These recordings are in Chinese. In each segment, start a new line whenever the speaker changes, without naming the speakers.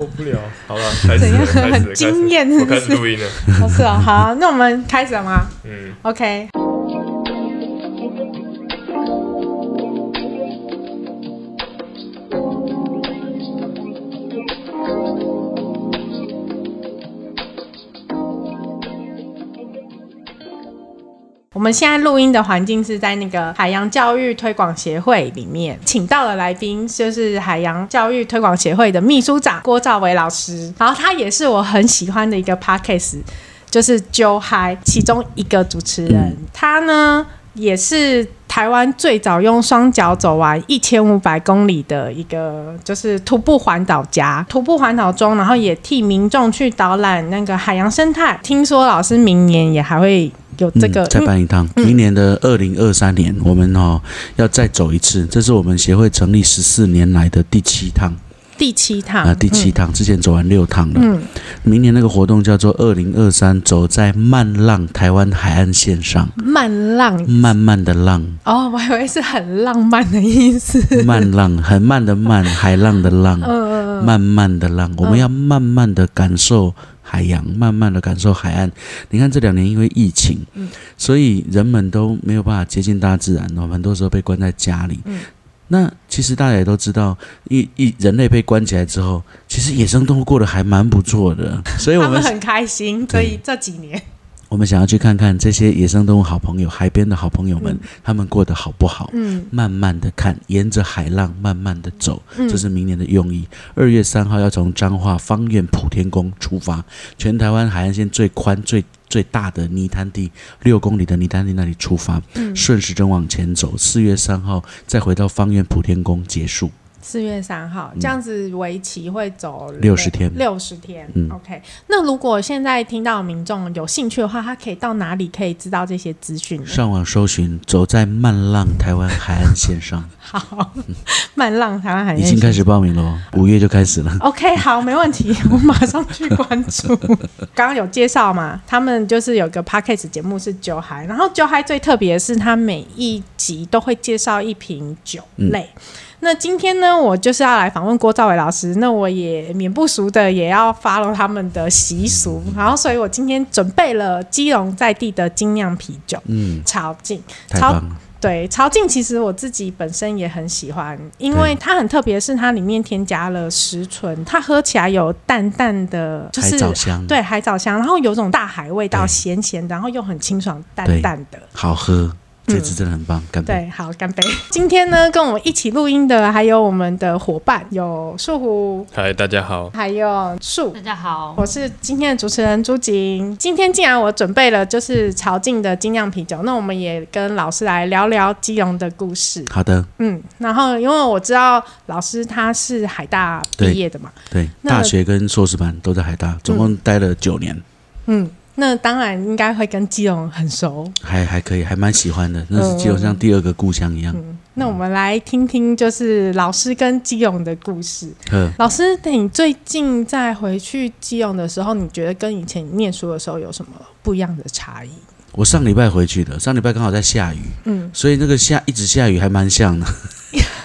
受不了，
好了，开始了，
怎样
开始了，
很惊艳
开始了我开
是
始
不是
录音了。
哦，是哦，好，那我们开始了吗
嗯，
？OK，我们现在录音的环境是在那个海洋教育推广协会里面，请到的来宾就是海洋教育推广协会的秘书长郭兆伟老师，然后他也是我很喜欢的一个 podcast，就是揪嗨其中一个主持人，他呢也是。台湾最早用双脚走完一千五百公里的一个就是徒步环岛家，徒步环岛中，然后也替民众去导览那个海洋生态。听说老师明年也还会有这个，
嗯、再办一趟。明年的二零二三年，我们哦要再走一次，这是我们协会成立十四年来的第七趟
第七趟
啊、第七趟、之前走完六趟了。
嗯
明年那个活动叫做“二零二三走在慢浪台湾海岸线上”，
慢浪
慢慢的浪，
哦，我以为是很浪漫的意思。
慢浪，很慢的慢，海浪的浪，
嗯、
慢慢的浪，我们要慢慢的感受海洋，慢慢的感受海岸。你看这两年因为疫情，
嗯
所以人们都没有办法接近大自然哦，很多时候被关在家里。
嗯
那其实大家也都知道，一一人类被关起来之后，其实野生动物过得还蛮不 错的，所以我
他们
们
很开心，这一这几年
我们想要去看看这些野生动物好朋友、海边的好朋友们，他们过得好不好？嗯，慢慢的看，沿着海浪慢慢的走，这是明年的用意。二月三号要从彰化方院普天宫出发，全台湾海岸线最宽、最最大的泥滩地，六公里的泥滩地那里出发，顺时针往前走。四月三号再回到方院普天宫结束。
四月三号这样子，为期会走
60天
六十天。
嗯
OK，那如果现在听到民众有兴趣的话，他可以到哪里可以知道这些资讯呢？
上网搜寻“走在慢浪台湾海岸线上
好， 慢浪台湾”，海
已
鲜
经开始报名了哦，五月就开始了。
OK，好，没问题， 我马上去关注。刚刚有介绍嘛，他们就是有个 podcast 节目是酒嗨，然后酒嗨最特别的是，它每一集都会介绍一瓶酒类。那今天呢，我就是要来访问郭兆伟老师，那我也免不俗的也要 follow 他们的习俗，然后所以我今天准备了基隆在地的精酿啤酒，
嗯，
潮境，
太
潮
棒了。
对，潮境其实我自己本身也很喜欢，因为它很特别，是它里面添加了石醇，它喝起来有淡淡的，就
海
是
藻香，，
对海藻香，然后有种大海味道，
对
咸咸，然后又很清爽，淡
对
淡的。
好喝，这支真的很棒，干
嗯
杯！
对，好，干杯！今天呢，跟我们一起录音的还有我们的伙伴，有树虎，
嗨，大家好，
还有树
大。家好，
我是今天的主持人朱瑾。今天既然我准备了就是潮境的精酿啤酒，那我们也跟老师来聊聊基隆的故事。
好的，
嗯，然后因为我知道老师他是海大毕业的嘛，
对，
那
大学跟硕士班都在海大，总共待了九年，
嗯，那当然应该会跟基隆很熟。
还还可以，还蛮喜欢的。那
嗯
是就像第二个故乡一样。
那我们来听听就是老师跟基隆的故事。
呵，
老师，你最近在回去基隆的时候，你觉得跟以前你念书的时候有什么不一样的差异？
我上礼拜回去的，上礼拜刚好在下雨，
嗯，
所以那个下一直下雨还 蛮像的，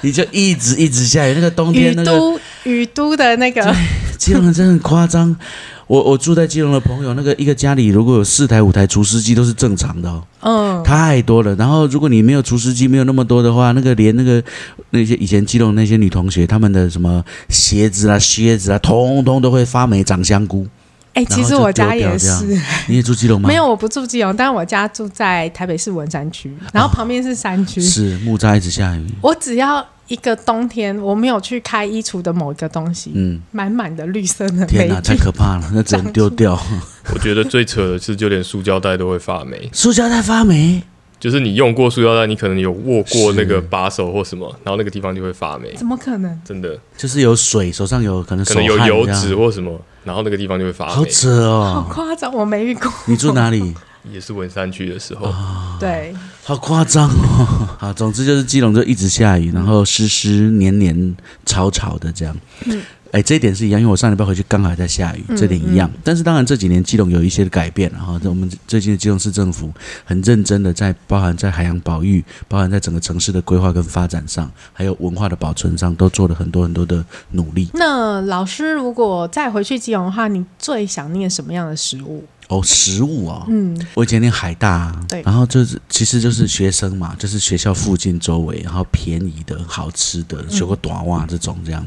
你就一直一直下雨。那个冬天
雨
那个
都雨都的那个，
基隆人真的很夸张。我我住在基隆的朋友，那个一个家里如果有四台五台除湿机都是正常的哦。
嗯，
太多了。然后如果你没有除湿机，没有那么多的话，那个连那个那些以前基隆那些女同学，她们的什么鞋子啊、靴子啊，通通都会发霉长香菇。
哎、其实我家也
然后
是
就丢，你也住基隆吗？
没有，我不住基隆，但我家住在台北市文山区，然后旁边是山区，
是木栅一直下雨。
我只要一个冬天，我没有去开衣橱的某一个东西，
嗯，
满满的绿色的
天
霉
哪，太
菌，
可怕了，那只能丢掉。
我觉得最扯的是，就连塑胶袋都会发霉。
塑胶袋发霉，
就是你用过塑胶袋，你可能有握过
是
那个把手或什么，然后那个地方就会发霉，
嗯怎么可能？
真的，
就是有水，手上有可能
可
手
能
汗
有油
这样
脂，或什么，然后那个地方就会发
好
霉。
扯
好
哦。
夸张，我没遇过。
你住哪里？
也是文山区的时候，
啊对，
好夸张哦！ 好，总之就是基隆就一直下雨，然后湿湿黏黏、潮潮的这样。哎，这一点是一样，因为我上礼拜回去刚好还在下雨，这点一样。但是当然这几年基隆有一些改变了哈，这我们最近的基隆市政府很认真的在包含在海洋保育、包含在整个城市的规划跟发展上，还有文化的保存上，都做了很多很多的努力。
那老师如果再回去基隆的话，你最想念什么样的食物？
哦，食物哦，
嗯，
我以前念海大、啊，
对
然后就是其实就是学生嘛，就是学校附近周围，然后便宜的好吃
嗯
的，学过短袜这种这样。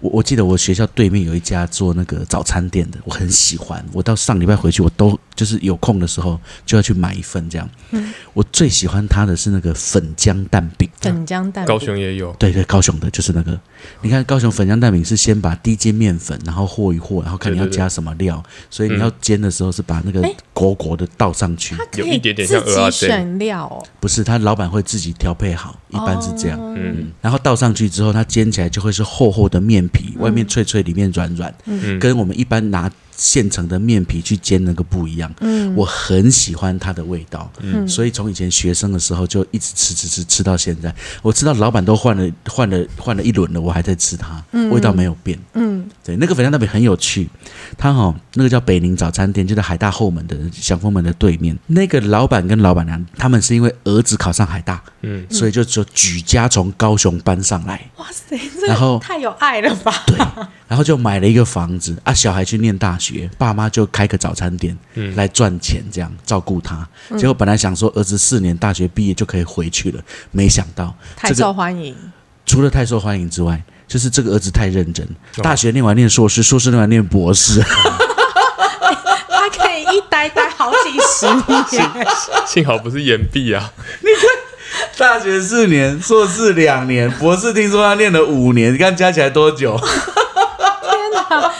我我记得我学校对面有一家做那个早餐店的，我很喜欢。我到上礼拜回去，我都就是有空的时候就要去买一份这样。
嗯
我最喜欢它的是那个粉浆蛋饼，
粉浆蛋饼
高雄也有，
对对，高雄的就是那个，你看高雄粉浆蛋饼是先把低筋面粉，然后和一和，然后看你要
对对对嗯
加什么料，所以你要煎的时候是把那个
哎
果果的倒上去，
它可
有
以
一点点像
自己
蚵仔煎
选料哦，
不是他老板会自己调配好，一般是这样。
哦
嗯，
然后倒上去之后，它煎起来就会是厚厚的面皮，
嗯
外面脆脆，里面软软，
嗯
跟我们一般拿现成的面皮去煎那个不一样。
嗯
我很喜欢它的味道，
嗯
所以从以前学生的时候就一直吃吃吃吃到现在。我吃到老板都换了换了换了一轮了，我还在吃它，味道没有变。
嗯，
对，那个粉浆蛋饼很有趣，它哈、那个叫北宁早餐店，就在海大后门的祥丰门的对面。那个老板跟老板娘他们是因为儿子考上海大，
嗯，
所以就就举家从高雄搬上来，
哇塞， 这
然后
个太有爱了吧？
对，然后就买了一个房子啊，小孩去念大学，爸妈就开个早餐店，来赚钱，这样照顾他。
嗯
结果本来想说儿子四年大学毕业就可以回去了，没想到
太
这个
受欢迎，
除了太受欢迎之外，就是这个儿子太认真，大学念完念硕士，硕士念完念博士。
他可以一待待好几十 年。
幸好不是岩壁啊，
大学四年，硕士两年，博士听说他念了五年，你看加起来多 久？
天哪，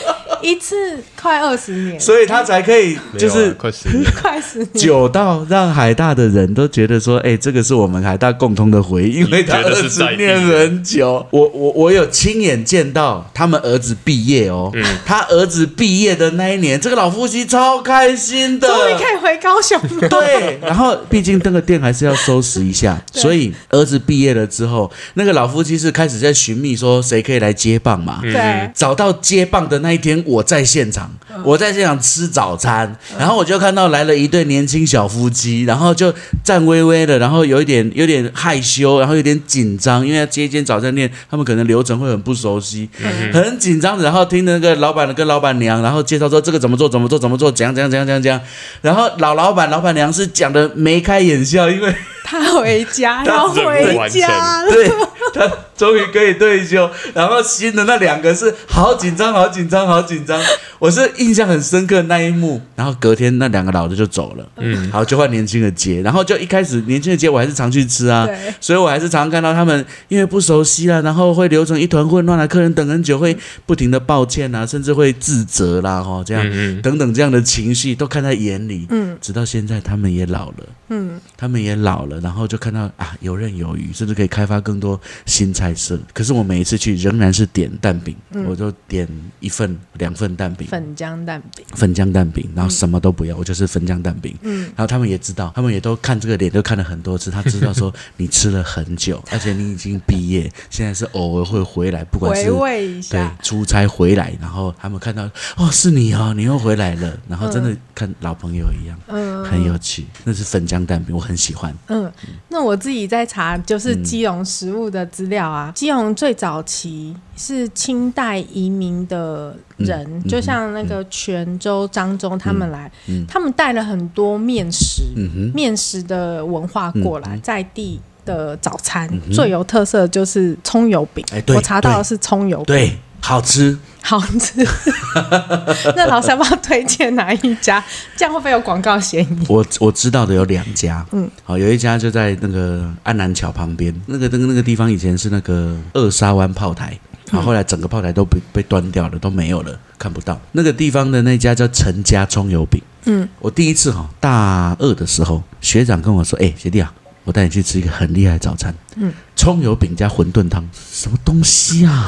一次快二十年，
所以他才可以
没
就
有啊
是
快十年，
快十年，
久到让海大的人都觉得说，哎、这个是我们海大共通的回忆，因为他
觉得
儿
是
子
在地
念很久。我我我有亲眼见到他们儿子毕业哦，
嗯
他儿子毕业的那一年，这个老夫妻超开心的，
终于可以回高雄了。
对，然后毕竟那个店还是要收拾一下，
对
所以儿子毕业了之后，那个老夫妻是开始在寻觅说谁可以来接棒嘛。
嗯
对，
找到接棒的那一天，我在现场，我在现场吃早餐，然后我就看到来了一对年轻小夫妻，然后就站微微的，然后有一点有点害羞，然后有点紧张，因为要接一间早餐店，他们可能流程会很不熟悉，很紧张。然后听那个老板跟老板娘，然后介绍说这个怎么做，怎么做，怎么做，怎样怎样怎样怎样怎样。然后老老板、老板娘是讲的眉开眼笑，因为
他回 家要
任务
回
完
家
成
了。
对 他终于可以退休，然后新的那两个是好紧张，好紧张，好紧张。我是印象很深刻的那一幕。然后隔天那两个老的就走了，嗯，好就换年轻的接，然后就一开始年轻的接我还是常去吃啊，
对
所以我还是常看到他们因为不熟悉啊，然后会流成一团混乱啊，客人等很久会不停的抱歉啊，甚至会自责啦，哈，这样、
嗯嗯
等等这样的情绪都看在眼里，嗯，直到现在他们也老了。他们也老了，然后就看到啊游刃有余，甚至可以开发更多新菜色。可是我每一次去仍然是点蛋饼，我就点一份、两份蛋饼，
粉浆蛋饼，
粉浆蛋饼，然后什么都不要，我就是粉浆蛋饼。嗯，然后他们也知道，他们也都看这个脸，都看了很多次，他知道说你吃了很久，而且你已经毕业，现在是偶尔会回来，不管
回
是
味一
对
下，
出差回来，然后他们看到哦是你哦，你又回来了，然后真的看老朋友一样，
嗯
很有趣。那是粉浆蛋饼，我很喜欢。
嗯，那我自己在查就是
嗯
基隆食物的资料啊。基隆最早期是清代移民的人，
嗯
就像那个泉州、漳州他们来，
嗯
他们带了很多面食、面食的文化过
嗯
来，在地。的早餐、最有特色的就是葱油饼，
哎对
我查到的是葱油饼，
对，好吃。
好吃。那老师要不要推荐哪一家？这样会不会有广告嫌疑？
我我知道的有两家，嗯，好，有一家就在那个安南桥旁边，那个那个那个地方以前是那个二沙湾炮台。好，后来整个炮台都被被端掉了，都没有了，看不到。那个地方的那家叫陈家葱油饼。嗯，我第一次哈、大二的时候，学长跟我说：“哎、学弟啊，我带你去吃一个很厉害的早餐。嗯，葱油饼加馄饨汤，什么东西啊？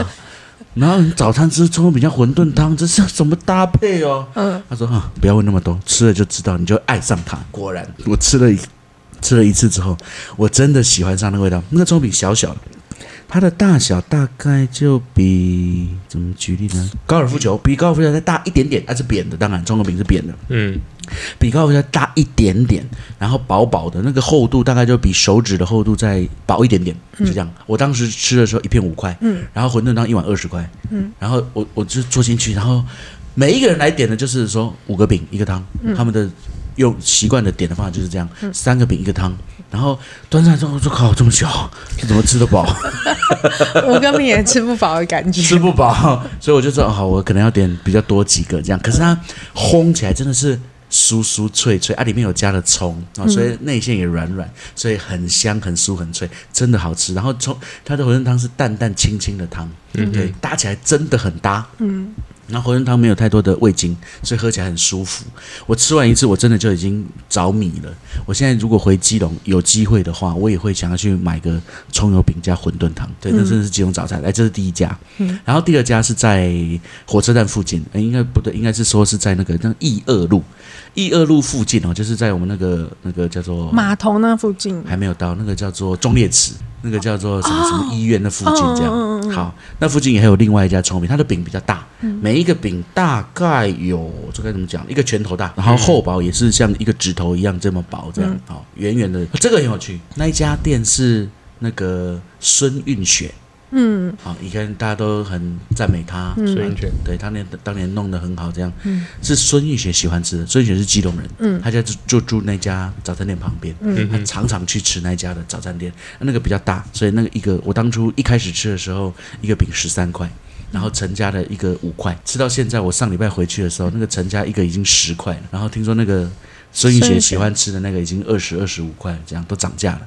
然后你早餐吃葱油饼加馄饨汤，这是什么搭配哦？
嗯，
他说啊，不要问那么多，吃了就知道，你就爱上它。果然，我吃了一吃了一次之后，我真的喜欢上那个味道。那个葱饼小小的，它的大小大概就比怎么举例呢？高尔夫球比高尔夫球再大一点点，它是扁的，当然中国饼是扁的，
嗯，
比高尔夫球大一点点，然后薄薄的那个厚度大概就比手指的厚度再薄一点点，就这样。我当时吃的时候一片五块，嗯，然后馄饨汤一碗二十块，嗯，然后我我就坐进去，然后每一个人来点的就是说五个饼一个汤，他们的用习惯的点的方法就是这样，三个饼一个汤。然后端上来之后，我说：“靠，这么小，这怎么吃得饱？
我根本也吃不饱的感觉。
吃不饱。”所以我就说：“哦好，我可能要点比较多几个这样。”可是它烘起来真的是酥酥脆脆啊，里面有加了葱啊、所以内馅也软软，所以很香、很酥、很脆，真的好吃。然后葱它的馄饨汤是淡淡清清的汤，嗯，对，搭起来真的很搭，嗯。然后馄饨汤没有太多的味精，所以喝起来很舒服。我吃完一次，我真的就已经着迷了。我现在如果回基隆有机会的话，我也会想要去买个葱油饼加馄饨汤。对，那真的是基隆早餐。哎，这是第一家，然后第二家是在火车站附近，哎，应该不对，应该是说是在那个那义二路，义二路附近哦，就是在我们那个那个叫做
码头那附近，
还没有到那个叫做忠烈祠，那个叫做什么什么医院那附近这样。
嗯
好，那附近也还有另外一家葱饼，它的饼比较大，每一个饼大概有这该怎么讲，一个拳头大，然后厚薄也是像一个指头一样这么薄，这样好、圆圆的。这个很有趣，那一家店是那个孙运雪。嗯，好，你看大家都很赞美他，
嗯
孙运全，
对，当年当年弄得很好，这样。是孙运雪喜欢吃的，孙运雪是基隆人，嗯，他家就就住那家早餐店旁边，嗯，他常常去吃那家的早餐店，那个比较大，所以那个一个我当初一开始吃的时候，一个饼十三块。然后陈家的一个五块，吃到现在，我上礼拜回去的时候，那个陈家一个已经十块了。然后听说那个孙运
孙
雪
运雪
喜欢吃的那个已经二十二十五块了，这样都涨 价了，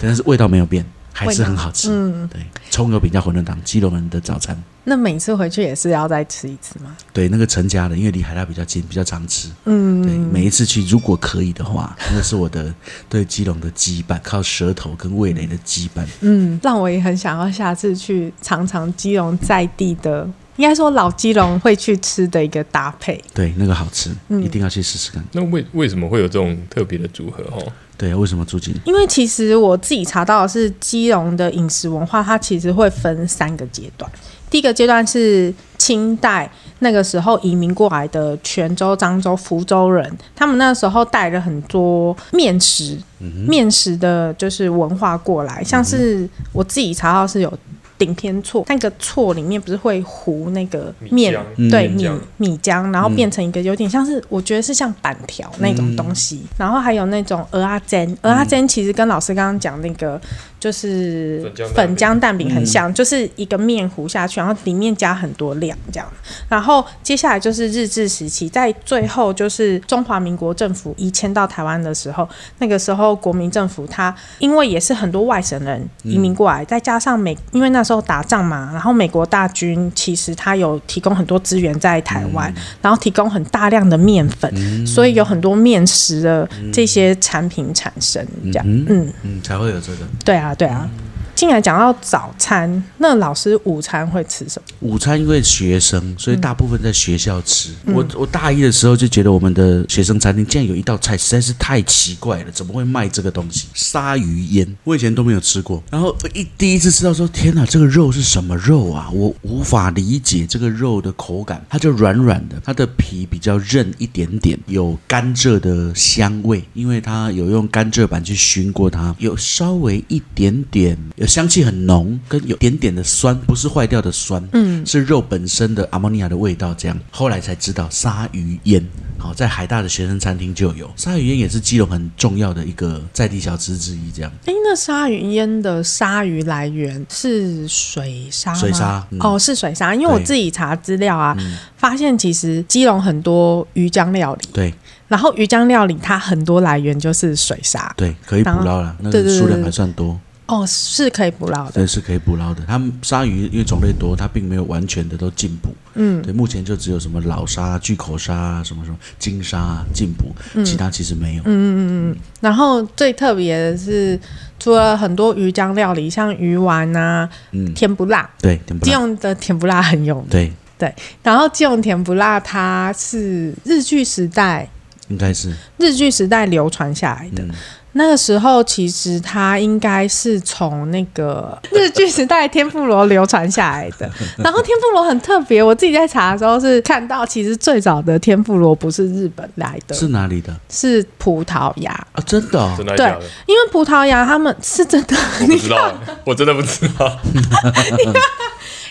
但是味道没有变，还是很好吃。
嗯，
对，葱油饼加馄饨汤，基隆人的早餐。
那每次回去也是要再吃一次吗？
对，那个陈家的，因为离海大比较近，比较常吃。对，
嗯，
每一次去，如果可以的话，那是我的对基隆的羁绊，靠舌头跟味蕾的羁绊。
嗯，让我也很想要下次去尝尝基隆在地的，应该说老基隆会去吃的一个搭配。
对，那个好吃，
嗯
一定要去试试看。
那为为什么会有这种特别的组合？哦，
对，啊为什么朱锦？
因为其实我自己查到的是基隆的饮食文化，它其实会分三个阶段。第一个阶段是清代那个时候移民过来的泉州、漳州、福州人，他们那时候带了很多面食，面食的就是文化过来，像是我自己查到是有顶天错，那个错里面不是会糊那个面
浆，
对
嗯
米
浆
米浆，然后变成一个有点像是，我觉得是像板条那种东西，然后还有那种鹅阿煎，鹅阿煎其实跟老师刚刚讲那个就是
粉浆蛋饼嗯
粉浆蛋饼很像，就是一个面糊下去，然后里面加很多料这样。然后接下来就是日治时期，在最后就是中华民国政府移迁到台湾的时候，那个时候国民政府他因为也是很多外省人移民过
嗯
来，再加上美，因为那时候打仗嘛，然后美国大军其实他有提供很多资源在台湾，
嗯
然后提供很大量的面粉，所以有很多面食的这些产品产生，这样，
嗯
嗯，
嗯，才会有这个
对啊，对啊。竟然讲到早餐，那老师午餐会吃什么？
午餐，因为学生，所以大部分在学校吃。我我大一的时候就觉得我们的学生餐厅竟然有一道菜实在是太奇怪了，怎么会卖这个东西？鲨鱼烟，我以前都没有吃过。然后一第一次吃到说，天哪，这个肉是什么肉啊？我无法理解这个肉的口感，它就软软的，它的皮比较韧一点点，有甘蔗的香味，因为它有用甘蔗板去熏过它，有稍微一点点，有香气很浓，跟有点点的酸，不是坏掉的酸，嗯，是肉本身的阿莫尼亚的味道。这样，后来才知道鲨鱼烟。好，在海大的学生餐厅就有鲨鱼烟，也是基隆很重要的一个在地小吃之一。这样，
哎，那鲨鱼烟的鲨鱼来源是水鲨吗？
水鲨嗯
哦，是水鲨，因为我
对
自己查资料啊，发现其实基隆很多鱼浆料理，
对
然后鱼浆料理它很多来源就是水鲨，
对，可以捕捞了，那
对对
个
对
数量
对
还算多。
哦，是可以捕捞的。
对，呃是可以捕捞的。它们鲨鱼因为种类多，它并没有完全的都进补。嗯，对，目前就只有什么老鲨、巨口鲨、啊什么什么金鲨进补，其他其实没有。嗯，
然后最特别的是，除了很多鱼浆料理，像鱼丸啊、甜不辣，
对，嗯点不
基
辣。
隆的甜不辣很有名。
对，
然后基隆甜不辣它是日据时代
应该是嗯
日据时代流传下来的。那个时候其实它应该是从那个日剧时代天妇罗流传下来的。然后天妇罗很特别，我自己在查的时候是看到，其实最早的天妇罗不是日本来的，
是哪里的
是葡萄牙。
啊？真的、
真
哦，
的
对
假的？，
因为葡萄牙他们是真的，
我不知道，啊我真的不知道。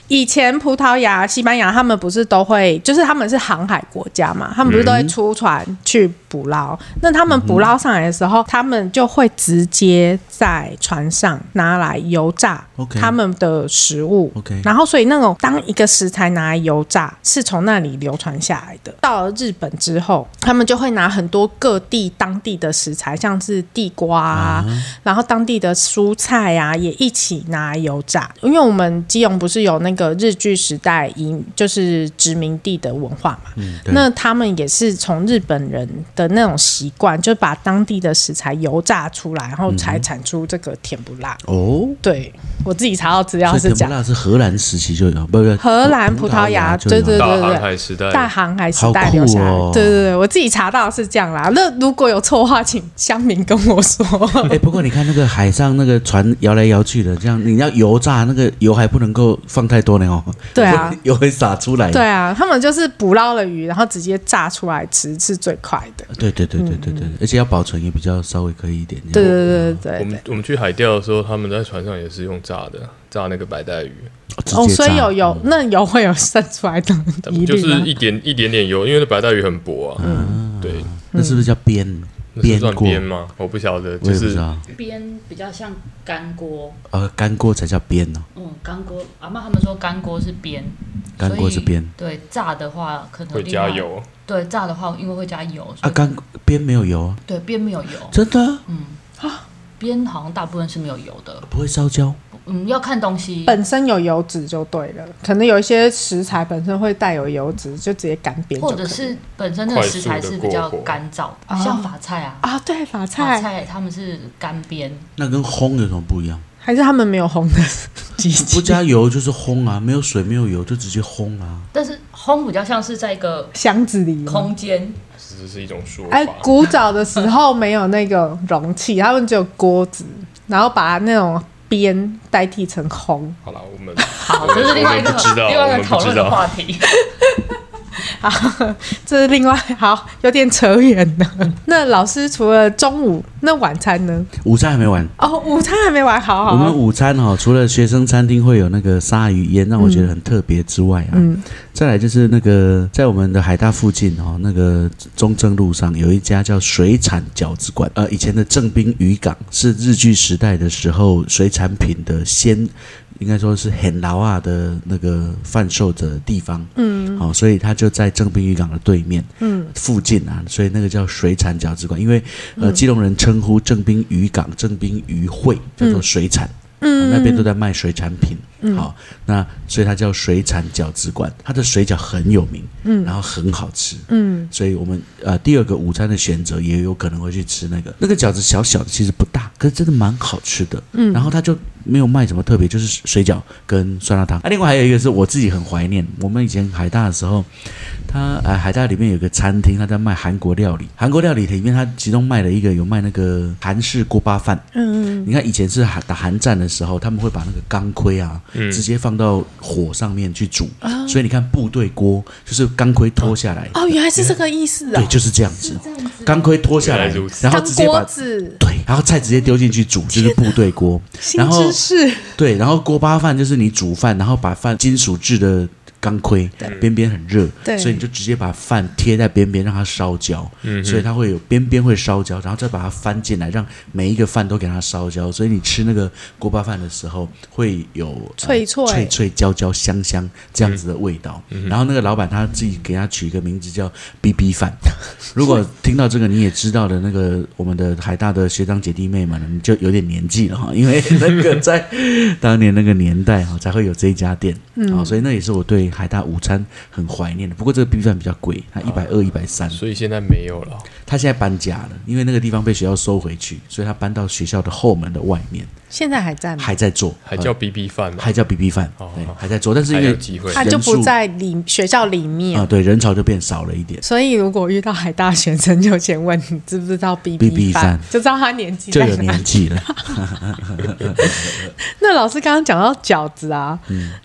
以前葡萄牙、西班牙他们不是都会，就是他们是航海国家嘛，他们不是都会出船去捕捞？那他们捕捞上来的时候，他们就会直接在船上拿来油炸
OK
他们的食物。
OK
然后所以那种当一个食材拿来油炸，是从那里流传下来的。到了日本之后，他们就会拿很多各地当地的食材，像是地瓜啊，然后当地的蔬菜啊也一起拿来油炸，因为我们基隆不是有那个日据时代移就是殖民地的文化嘛，
嗯对
那他们也是从日本人的那种习惯，就把当地的食材油炸出来，然后
嗯
才产出这个甜不辣。
哦。
对我自己查到资料
所以
是
甜
这
不
样，
辣是荷兰时期就有，不是
荷兰葡萄牙
就
对
有
对
大
对
航海时代，
大航海时
好
代
酷
留下来。
哦
对对对，我自己查到是这样啦。那如果有错的话，请乡民跟我 说。
哎、不过你看那个海上那个船摇来摇去的，这样你要油炸，那个油还不能够放太多呢哦。
对啊，
油会洒出来。
对啊，他们就是捕捞了鱼，然后直接炸出来吃，是最快的。
对对对对对对，而且要保存也比较稍微可以一点。
嗯对对对对
我
对
们我们去海钓的时候，他们在船上也是用炸的，炸那个白带鱼，
对
对，哦，所以有有那有会有渗出来的疑
就
虑
是
哦吗？
一点一点点油，因为那白带鱼很薄啊。嗯，对，
那是不是叫煸
那是
煸
算
过？
边吗？我不晓得，
我
就
也不知
是
道，
边比较像干锅，
呃，干锅才叫煸哦。
嗯，干锅，阿妈他们说干锅是边，
干锅是边
所以对，炸的话可能
会
另
加
外，
油。
对，炸的话因为会加油，所
啊，
以
干煸没有油啊，
对边没有油，
真的啊
边好像大部分是没有油的，
不会烧焦。
嗯，要看东西，
本身有油脂就对了，可能有一些食材本身会带有油脂，就直接干煸就可以
或者是本身那个食材是比较干燥的
快速地过火
像法菜啊，
啊，对，法
法
菜
菜他们是干边，
那跟烘有什么不一 样？
还是他们没有烘的 机器，
不加油就是烘啊，没有水没有油就直接烘啊。
但是烘比较像是在一个
箱子里吗。
空间，
这是一种说
哎，
法。
古早的时候没有那个容器，他们只有锅子，然后把那种煸代替成烘。
好了，我们
好，这是另外一个
我们不知道
另外一
我
个
们
讨
不知
论的
道。
话题。
这是另外好有点扯远了。那老师除了中午，那晚餐呢？
午餐还没完，
哦，午餐还没完，好好
我们
好。
午餐哈、除了学生餐厅会有那个鲨鱼烟，让我觉得很特别之外啊，
嗯
再来就是那个在我们的海大附近哦，那个中正路上有一家叫水产饺子馆，呃，以前的正滨渔港是日据时代的时候水产品的先。应该说是很劳啊的那个贩售的地方，嗯，好、所以它就在正滨渔港的对面，嗯，附近啊，所以那个叫水产饺子馆，因为呃，基隆人称呼正滨渔港、正滨渔会叫做水产，嗯，那边都在卖水产品，好，那所以它叫水产饺子馆，它的水饺很有名，嗯，然后很好吃，嗯，所以我们呃第二个午餐的选择也有可能会去吃那个，那个饺子小小的，其实不大，可是真的蛮好吃的，嗯，然后它就没有卖什么特别，就是水饺跟酸辣汤，啊，另外还有一个是我自己很怀念，我们以前海大的时候，它呃海大里面有个餐厅，它在卖韩国料理，韩国料理里面它其中卖了一个有卖那个韩式锅巴饭，嗯，你看以前是韩打韩战的时候，他们会把那个钢盔啊，直接放到火上面去煮，所以你看部队锅就是钢盔脱下来，
哦，原来是这个意思啊
对，！就是这样子，钢盔脱下来
原来如，此
然后
当
直接
锅
把
子，
对，然后菜直接丢进去煮，就是部队锅，然
新
后
知识。
对，然后锅巴饭就是你煮饭，然后把饭金属制的钢盔边边很热，
对
所以你就直接把饭贴在边边让它烧焦，所以它会有边边会烧焦，然后再把它翻进来，让每一个饭都给它烧焦，所以你吃那个锅巴饭的时候会有呃
脆脆
脆脆焦焦香香这样子的味道。然后那个老板他自己给他取一个名字叫 “BB 饭”， 如果听到这个你也知道的那个我们的海大的学长姐弟妹们，你就有点年纪了哈，哦
嗯
因为那个在当年那个年代哈才会有这一家店啊、所以那也是我对对海大午餐很怀念的。不过这个 B 站比较贵，
哦
它一百二、一百三。
所以现在没有了。
他现在搬家了，因为那个地方被学校收回去，所以他搬到学校的后门的外面，
现在还在吗？
还在做，
还
呃
叫 BB 饭吗？
还叫 BB 饭，
哦
对
好，
还在做，但是因
还有
为
机会
他就
人数
不在里学校里面。
啊，对，人潮就变少了一点。
所以，如果遇到海大学生，就先问你知不知道 B
BB
饭
饭，
就知道他年纪
就
在
有
哪
年。纪了，
那老师刚刚讲到饺子啊，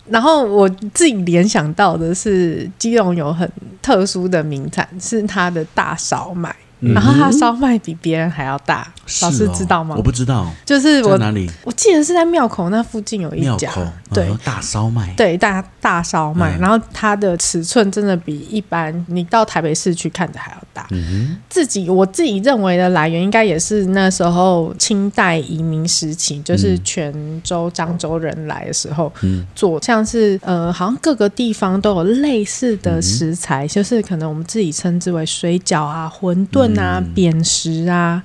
然后我自己联想到的是，基隆有很特殊的名产，是它的大烧麦，然后它烧麦比别人还要大。
嗯是
老师
哦
知道吗
我？不知道，
就是
在
我
哪里？
我记得是在庙口那附近有一
庙
家
口，
对
哦大烧麦，
对，大大烧麦，
嗯
然后它的尺寸真的比一般你到台北市区看的还要大。
嗯
自己我自己认为的来源，应该也是那时候清代移民时期，就是泉州、漳州人来的时候、
嗯
做，像是呃，好像各个地方都有类似的食材，就是可能我们自己称之为水饺啊、馄饨啊、扁食啊，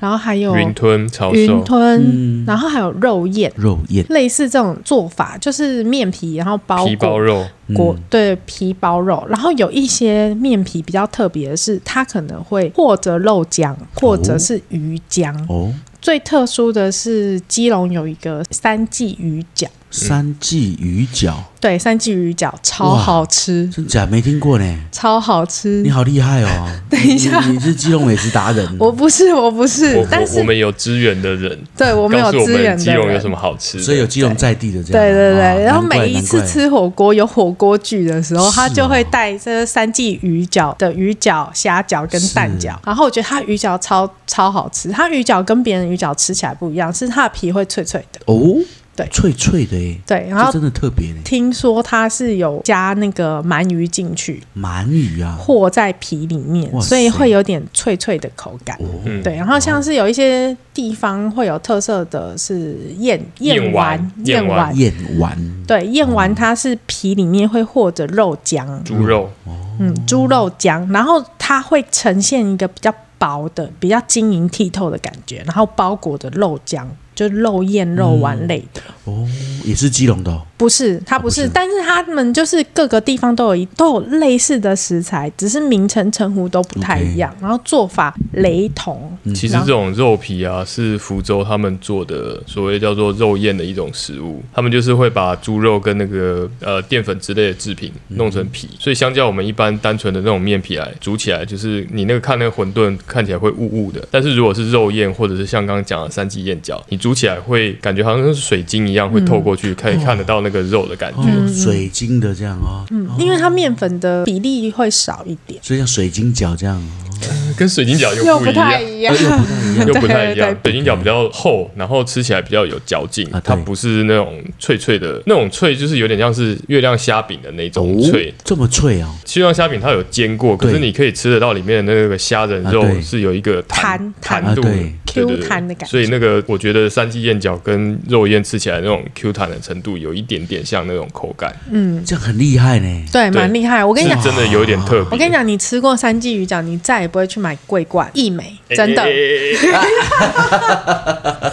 然后还有
云吞、抄
云
手，
吞，然后还有肉燕。
哼，肉燕，
类似这种做法，就是面皮，然后包
皮包
裹
肉，
果
嗯
对皮包肉，然后有一些面皮比较特别的是，它可能会或者肉酱，或者是鱼浆。
哦，
最特殊的是基隆有一个三季鱼饺，
三季鱼饺，
对，三季鱼饺超
哇
好吃，
真假没听过呢，
超好吃
你。好厉害 哦！等一下，你是基隆美食达人，
我不是，我不是，
我
但
我
是
我们有支援的人，
对我们
告
有
诉我
资源
们
的
基隆有
人
什。么好吃的，
所以有基隆在地的这样，
对对
哦
对，然后
难怪
每一次
难怪
吃火锅有火锅剧的时候，
是
他就会
哦
带这三季鱼饺的鱼饺、虾饺跟蛋
是
饺。然后我觉得他鱼饺超超好吃，他鱼饺跟别人鱼饺吃起来不一样，是它的皮会脆脆的。
哦，
对
脆脆的耶，
对，然
这
后
真的特别呢，
听说它是有加那个鳗鱼进去
鳗鱼啊，
和在皮里面，
哇塞
所以会有点脆脆的口感。
哦，
嗯
对，然后像是有一些地方会有特色的是燕
燕
丸
丸、燕丸
丸，
燕丸，
对，燕丸它是皮里面会和着肉浆，
猪肉，
嗯，猪肉浆，然后它会呈现一个比较薄的、比较晶莹剔透的感觉，然后包裹着肉浆，就是肉燕、肉丸类的。
哦，也是基隆的哦，
不是，它不是，
不是
但是他们就是各个地方都有一都有类似的食材，只是名称称呼都不太一样然后做法雷同。
嗯其实这种肉皮啊，是福州他们做的所谓叫做肉燕的一种食物，他们就是会把猪肉跟那个呃淀粉之类的制品弄成皮，所以相较我们一般单纯的那种面皮来煮起来，就是你那个看那个馄饨看起来会雾雾的，但是如果是肉燕或者是像刚刚讲的三级燕饺，你煮起来会感觉好像是水晶一样会透过去，可以看得到那个肉的感觉。
哦，水晶的这样哦，
嗯，因为它面粉的比例会少一点，
所以像水晶饺这样，哦
跟水晶饺又不一样。
一样。
哎 又不太一
对
样
对，
水晶饺比较厚，然后吃起来比较有嚼劲
啊，
它
对
不是那种脆脆的，那种脆就是有点像是月亮虾饼的那种脆。
这么脆哦，
月亮虾饼它有煎过，可
对
是你可以吃得到里面的那个虾仁
啊
肉
对
是有一个弹
弹
弹度的
啊对
对对
Q 弹的感觉
所以那个我觉得三季燕饺跟肉燕吃起来那种 Q 弹的程度有一点点像那种口感，
嗯
这样很厉害呢，
嗯
对，蛮厉害。我跟
是
你讲，
真的有一点特别。
我跟你讲，你吃过三季鱼饺，你再也不会去买桂冠、益美，
哎，
真的，
哎哎哎哎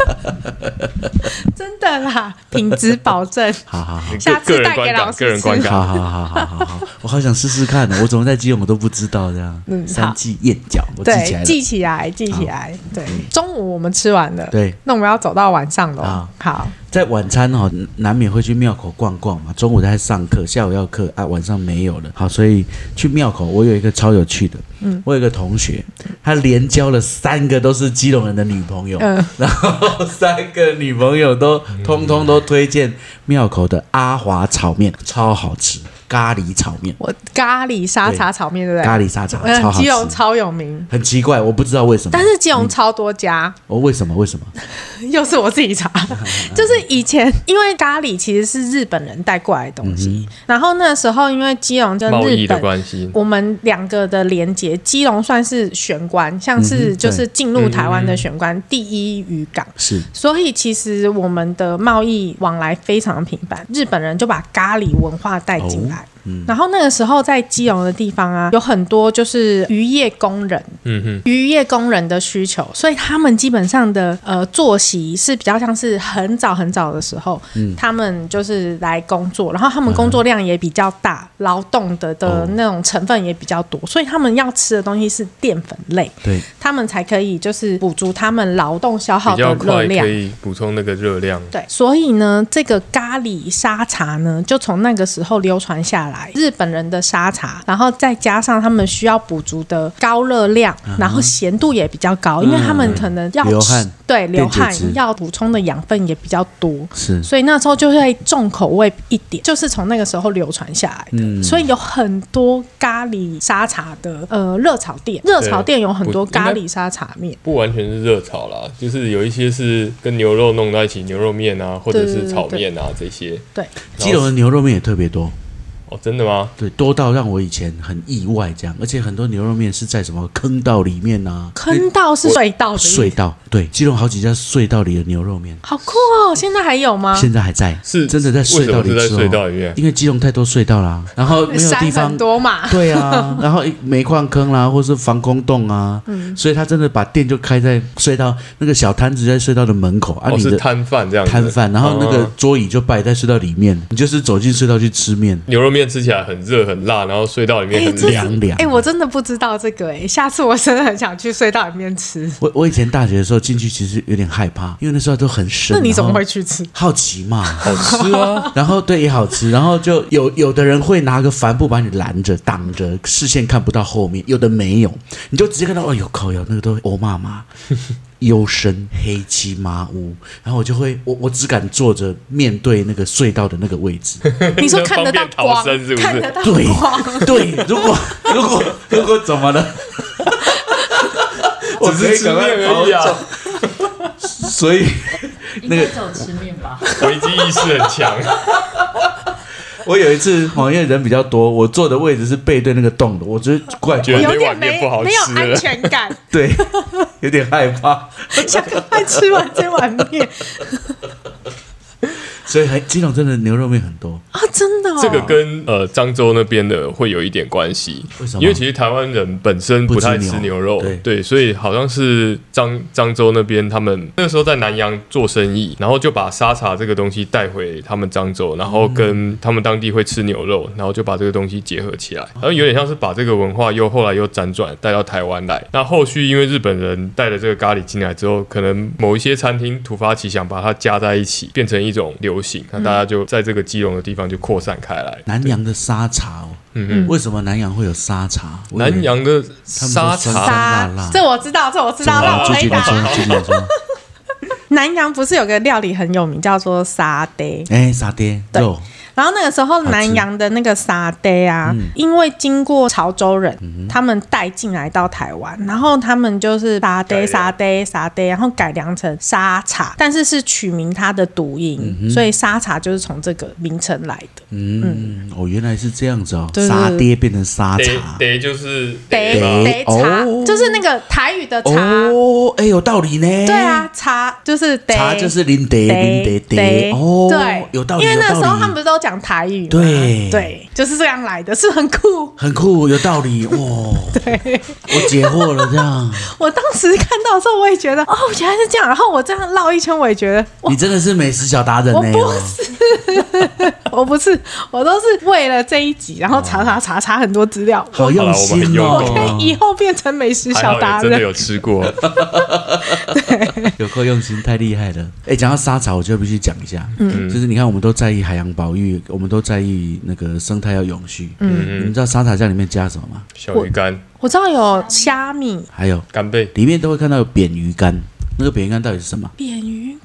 真的啦， 品质保证。
好好好。
下
哎个
次
人
带给
观
老
感，
师
个人观
吃
感。
好好好好好好，我好想试试看哦呢。我怎么在基隆我都不知道这样。
嗯好
三季燕饺，我记起
对，
来了。嗯
记起来，记起来。对，中午我们吃完了，
对，
那我们要走到晚上了
啊。
好，
在晚餐哦，难免会去庙口逛逛嘛。中午在上课，下午要课啊，晚上没有了。好，所以去庙口，我有一个超有趣的，嗯，我有一个同学，他连交了三个都是基隆人的女朋友，
嗯
然后三个女朋友都通通都推荐庙口的阿华炒面，超好吃，咖喱炒面，
我咖喱沙茶炒面，对不对？
咖喱沙茶，超
嗯，
好
基隆
吃。
超有名，
很奇怪，我不知道为什么，
但是基隆超多家，
哦，为什么？为什么？嗯
又是我自己 查的，就是以前因为咖喱其实是日本人带过来的东
嗯
西，然后那时候因为基隆跟
贸易
日
的
本
关系，
我们两个的连接，基隆算是玄关，像是
嗯
就是进入台湾的玄关第一渔港。
是
所以其实我们的贸易往来非常频繁，日本人就把咖喱文化带进来，然后那个时候在基隆的地方啊，有很多就是渔业工人，
嗯哼，
渔业工人的需求，所以他们基本上的呃作息是比较像是很早很早的时候，
嗯
他们就是来工作，然后他们工作量也比较大，劳动的的
嗯
哦
那种成分也比较多，所以他们要吃的东西是淀粉类，
对，
他们才可以就是补足他们劳动消耗
比
的
较
热
快
量
可。以补充那个热量。
对，所以呢，这个咖喱沙茶呢，就从那个时候流传下来。日本人的沙茶，然后再加上他们需要补足的高热量，然后咸度也比较高，因为他们可能要
嗯流
吃
汗
对流
电解
汗
质
要补充的养分也比较多。
是
所以那时候就会重口味一点，就是从那个时候流传下来的。
嗯
所以有很多咖喱沙茶的呃热炒店，热炒店有很多
不应该
咖喱沙茶面。
不完全是热炒啦，就是有一些是跟牛肉弄在一起，牛肉面啊，或者是炒面啊这些。
对，
基隆的牛肉面也特别多。
哦，真的吗？
对，多到让我以前很意外，这样，而且很多牛肉面是在什么坑道里面呐、
坑道是隧道的意思
隧道，对，基隆好几家隧道里的牛肉面，
好酷哦！现在还有吗？
现在还在，
是
真的在隧道里
为什么
吃、
是
哦，
在隧道里面
因为基隆太多隧道啦，然后没有地
山
方
很。多嘛，
对啊，然后一煤矿坑啦，或是防空洞啊，
嗯
所以他真的把店就开在隧道那个小摊子，在隧道的门口啊，
哦，
你
是
的
摊贩这样子。
摊贩，然后那个
哦
桌椅就摆在隧道里面，你就是走进隧道去吃面，
牛肉面吃起来很热很辣，然后隧道里面
哎
很
这是
凉。
凉凉
哎、。我真的不知道这个哎、下次我真的很想去隧道里面吃。
我我以前大学的时候进去其实有点害怕，因为那时候都很深。
那你怎么
然后
会去 吃？
好奇嘛？
好吃 啊！
然后对也好吃，然后就有有的人会拿个帆布把你拦着挡着，视线看不到后面；有的没有，你就直接看到，哎呦靠呀，那个都欧妈妈。 幽深黑漆麻屋，然后我就会，我我只敢坐着面对那个隧道的那个位 置，
你说看得到光
方便逃，生是不是
看得到
对
光，
对，如果如果如果怎么了？我
只是吃面而已啊，
所以
应该只有吃面吧？
危机意识很 强。
我有一次，好像人比较多，我坐的位置是背对那个洞的，我就是怪
觉得
怪的，
有
那碗
点
面
没
不好吃
没有
了
安全感，
对， 有点害怕，
想赶快吃完这碗面
所以还基隆真的牛肉面很多，
啊！真的、哦，
这个 跟呃漳州那边的会有一点关系，
为什么
因为其实台湾人本身不太
不
吃
吃牛
牛肉，
对
所以好像是漳漳州那边他们那时候在南洋做生意，然后就把沙茶这个东西带回他们漳州，然
嗯
后跟他们当地会吃牛肉，然后就把这个东西结合起来，然后有点像是把这个文化又后来又辗转带到台湾来。那后续因为日本人带了这个咖喱进来之后，可能某一些餐厅突发奇想把它加在一起，变成一种流行，那大家
嗯
就在这个基隆的地方就扩散开来。
南洋的沙茶哦，嗯嗯，为什么南洋会有沙茶？我以为
南洋的
们说
沙
酸
茶，
辣
沙
辣
这我知道，这我知
怎
道，
么
让
了？
我
朱
回
姐，你
答。
说，朱姐你 说，
南洋不是有个料理很有名，叫做沙爹，
哎，沙爹
对
肉，
然后那个时候南洋的那个沙爹啊，
嗯
因为经过潮州人，他们带进来到台湾，然后他们就是沙
改
爹
良
沙爹沙爹，然后改良成沙茶，但是是取名它的读音，所以沙茶就是从这个名称来的。
嗯，哦，原来是这样子哦，
对对
沙
对
爹变成沙
得
茶，
得就是
得
吧
得
得茶
哦
就是那个台语的茶，
哦，哎，有道理呢，
对啊，茶就是得
茶就是林得林得得
得
哦，
对，
有道理，
因为那
有
时
道
候
理
他们不是都讲台语吗？
对
对，就是这样来的，是很酷。
很酷，有道理 哦。对，我解惑了，这样
我当时看到的时候，我也觉得哦，原来是这样。然后我这样绕一圈，我也觉得我
你真的是美食小达人欸
我
呢、
不是，我不是， 我都是为了这一集，然后查查查查很多资料。
好用心
好
哦
啦
我！啊
们
可以以后变成美食
还
小
好
达
也真的
人。
有吃 过，
有够用心，太厉害了。哎，讲到沙茶，我就必须讲一下，嗯，就是你看，我们都在意海洋保育，我们都在意那个生态要永续，嗯，你们知道沙茶酱里面加什么吗？
小鱼干、
我知道有虾米、
还有
干贝，
里面都会看到有扁鱼干，那个扁鱼干到底是什么？
扁鱼，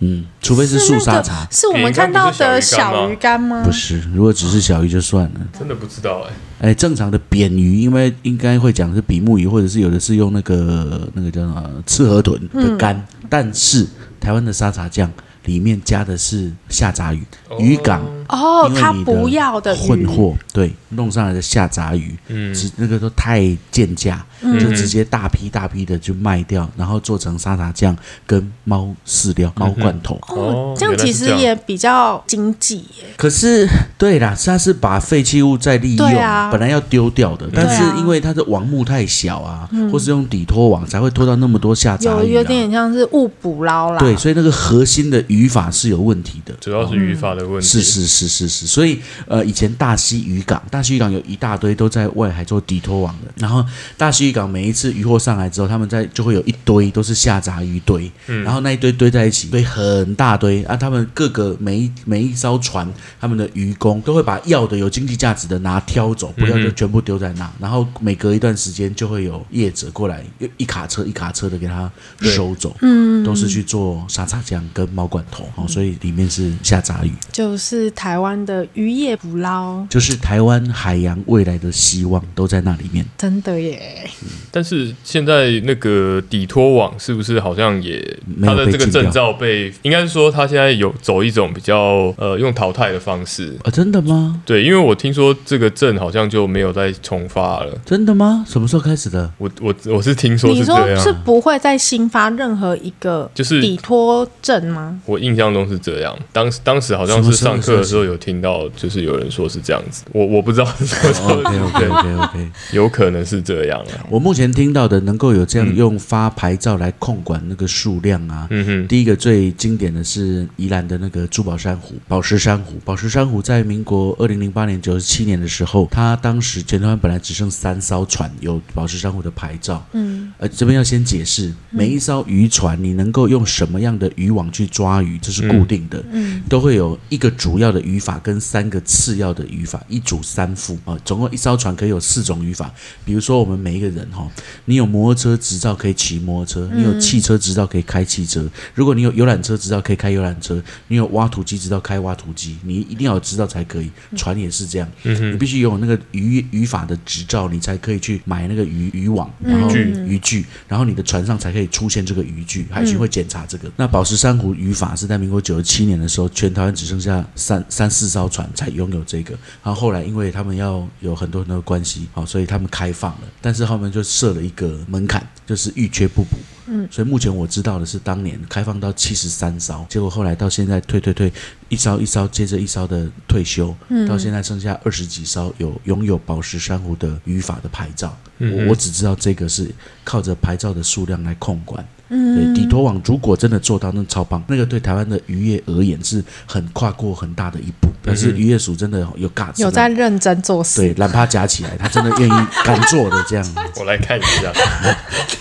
嗯，除非是素沙茶，
是我们看到的小鱼干吗？
不是，如果只是小鱼就算了。
真的不知道哎、
哎，正常的扁鱼，因为应该会讲是比目鱼，或者是有的是呃用那个那个叫什么刺河豚的肝，但是台湾的沙茶酱里面加的是下杂鱼，
哦
渔港
哦
因，为
他
你的
不要的鱼
混货，对，弄上来的下杂鱼，嗯，那个都太贱价，就直接大批大批的就卖掉，然后做成沙茶酱跟猫饲料、猫罐头。
哦
哦，这样其实也比较经济耶。
可是，对啦，它是把废弃物再利用，
对啊
本来要丢掉的，但
对啊嗯
是因为它的网目太小啊，或是用底拖网才会拖到那么多下杂
有
鱼、啊，
有点像是误捕捞啦。
对，所以那个核心的语法是有问题的。
主要是语法的问题。
嗯是是是是是，所以呃，以前大溪渔港，大溪渔港有一大堆都在外海做底拖网的。然后大溪渔港每一次渔获上来之后，他们在就会有一堆都是下杂鱼堆，
嗯
然后那一堆堆在一起，堆很大堆啊。他们各个每一每一艘船，他们的渔工都会把要的有经济价值的拿挑
嗯
走，不要就全部丢在那。然后每隔一段时间就会有业者过来，一一卡车一卡车的给他
对
收走，嗯，都是去做沙茶酱跟猫罐头哦，所以里面是下杂鱼。
就是台湾的渔业捕捞，
就是台湾海洋未来的希望都在那里面。
真的耶。
但是现在那个底托网是不是好像也
没有
它的
被
这个
禁掉
证照被，应该是说它现在有走一种比较呃用淘汰的方式。
啊，真的吗？
对，因为我听说这个证好像就没有再重发了。
真的吗？什么时候开始的？
我我我是听说
你
是
说
这
是
样，
不会再新发任何一个
就是
底托证吗？
我印象中是这样。当时当时好像
什么
是
时候
上课的时候有听到，就是有人说是这样子，我我不知道是什么时候
OK OK OK OK，
有可能是这样啊。
哦我目前听到的能够有这样用发牌照来控管那个数量啊。
嗯哼，
第一个最经典的是宜兰的那个珠宝珊瑚，宝石珊瑚。宝石珊瑚在民国二零零八年、九十七年的时候，它当时全台湾本来只剩三艘船有宝石珊瑚的牌照，
嗯，
呃，这边要先解释，每一艘渔船你能够用什么样的渔网去抓鱼，这是固定的，嗯，都会有一个主要的渔法跟三个次要的渔法，一主三副啊、总共一艘船可以有四种渔法。比如说我们每一个人哈、你有摩托车执照可以骑摩托车，你有汽车执照可以开汽车，如果你有游览车执照可以开游览车，你有挖土机执照开挖土机，你一定要有执照才可以。船也是这样，你必须有那个渔渔法的执照，你才可以去买那个渔渔网，然后
具
渔具，然后你的船上才可以出现这个渔具，海巡会检查这个。那宝石珊瑚渔法是在民国九十七年的时候，全台湾只剩下三三四艘船才拥有这个。然后后来因为他们要有很多很多的关系，好、所以他们开放了，但是后面就设了一个门槛，就是欲缺不补。嗯，所以目前我知道的是，当年开放到七十三艘，结果后来到现在退退退，一艘一艘接着一艘的退休，
嗯
到现在剩下二十几艘有拥有宝石珊瑚的语法的牌照。我我只知道这个是靠着牌照的数量来控管。
嗯
对，底托网如果真的做到，那超棒，那个对台湾的渔业而言是很跨过很大的一步，但是渔业署真的有 g u
有在认真做事。
对懒趴夹起来，他真的愿意敢做的 这样。
我来看一下。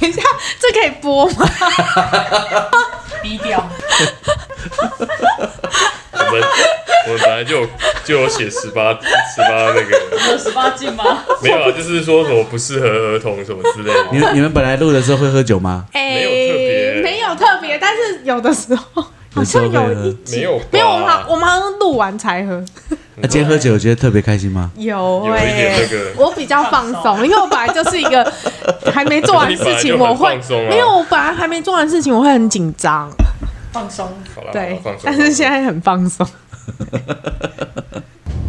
等一下， 这可以播 吗？
低 调。
我们我们本来就有就有写十八十八那个，
有十八禁吗？
没有啊，就是说什么不适合儿童什么之类
你
的。
们你们本来录的时候会喝酒吗？
哎
有特别
没有特别，但是有的时候
啊
好像
有时候会喝
有一集
没有
没有，我们
吧
好我们好像录完才喝。
那、今天喝酒，觉得特别开心吗？
有
有一点
哎、
那个
我比较放松，因为我本来就是一 个还没做完事情，我会
你本来就很放松啊
没有，我本来还没做完事情，我会很紧张，
放松，
好啦，好
对
啦放松。，
但
放
是
松
现在很 放松。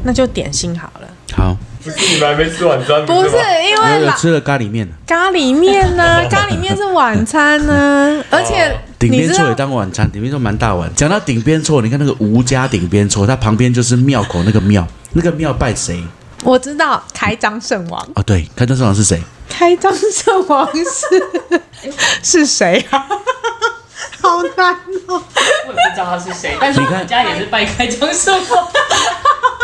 那就点心好了，
好，
不是你们还没吃晚餐，
不是
吗
因
有
为
有
啦
吃了咖喱面，
咖喱面呢、 咖喱面是晚餐呢、而且
顶
你
边
知
错也
道
当晚餐，顶边错蛮大碗。讲到顶边错，你看那个吴家顶边错，它旁边就是庙口那个庙，那个庙拜谁？
我知道开张圣王，
哦，对，开张圣王是谁？
开张圣王是 是谁啊？ 好难哦！
我也不知道他是谁，但是我们家也是拜开张圣王。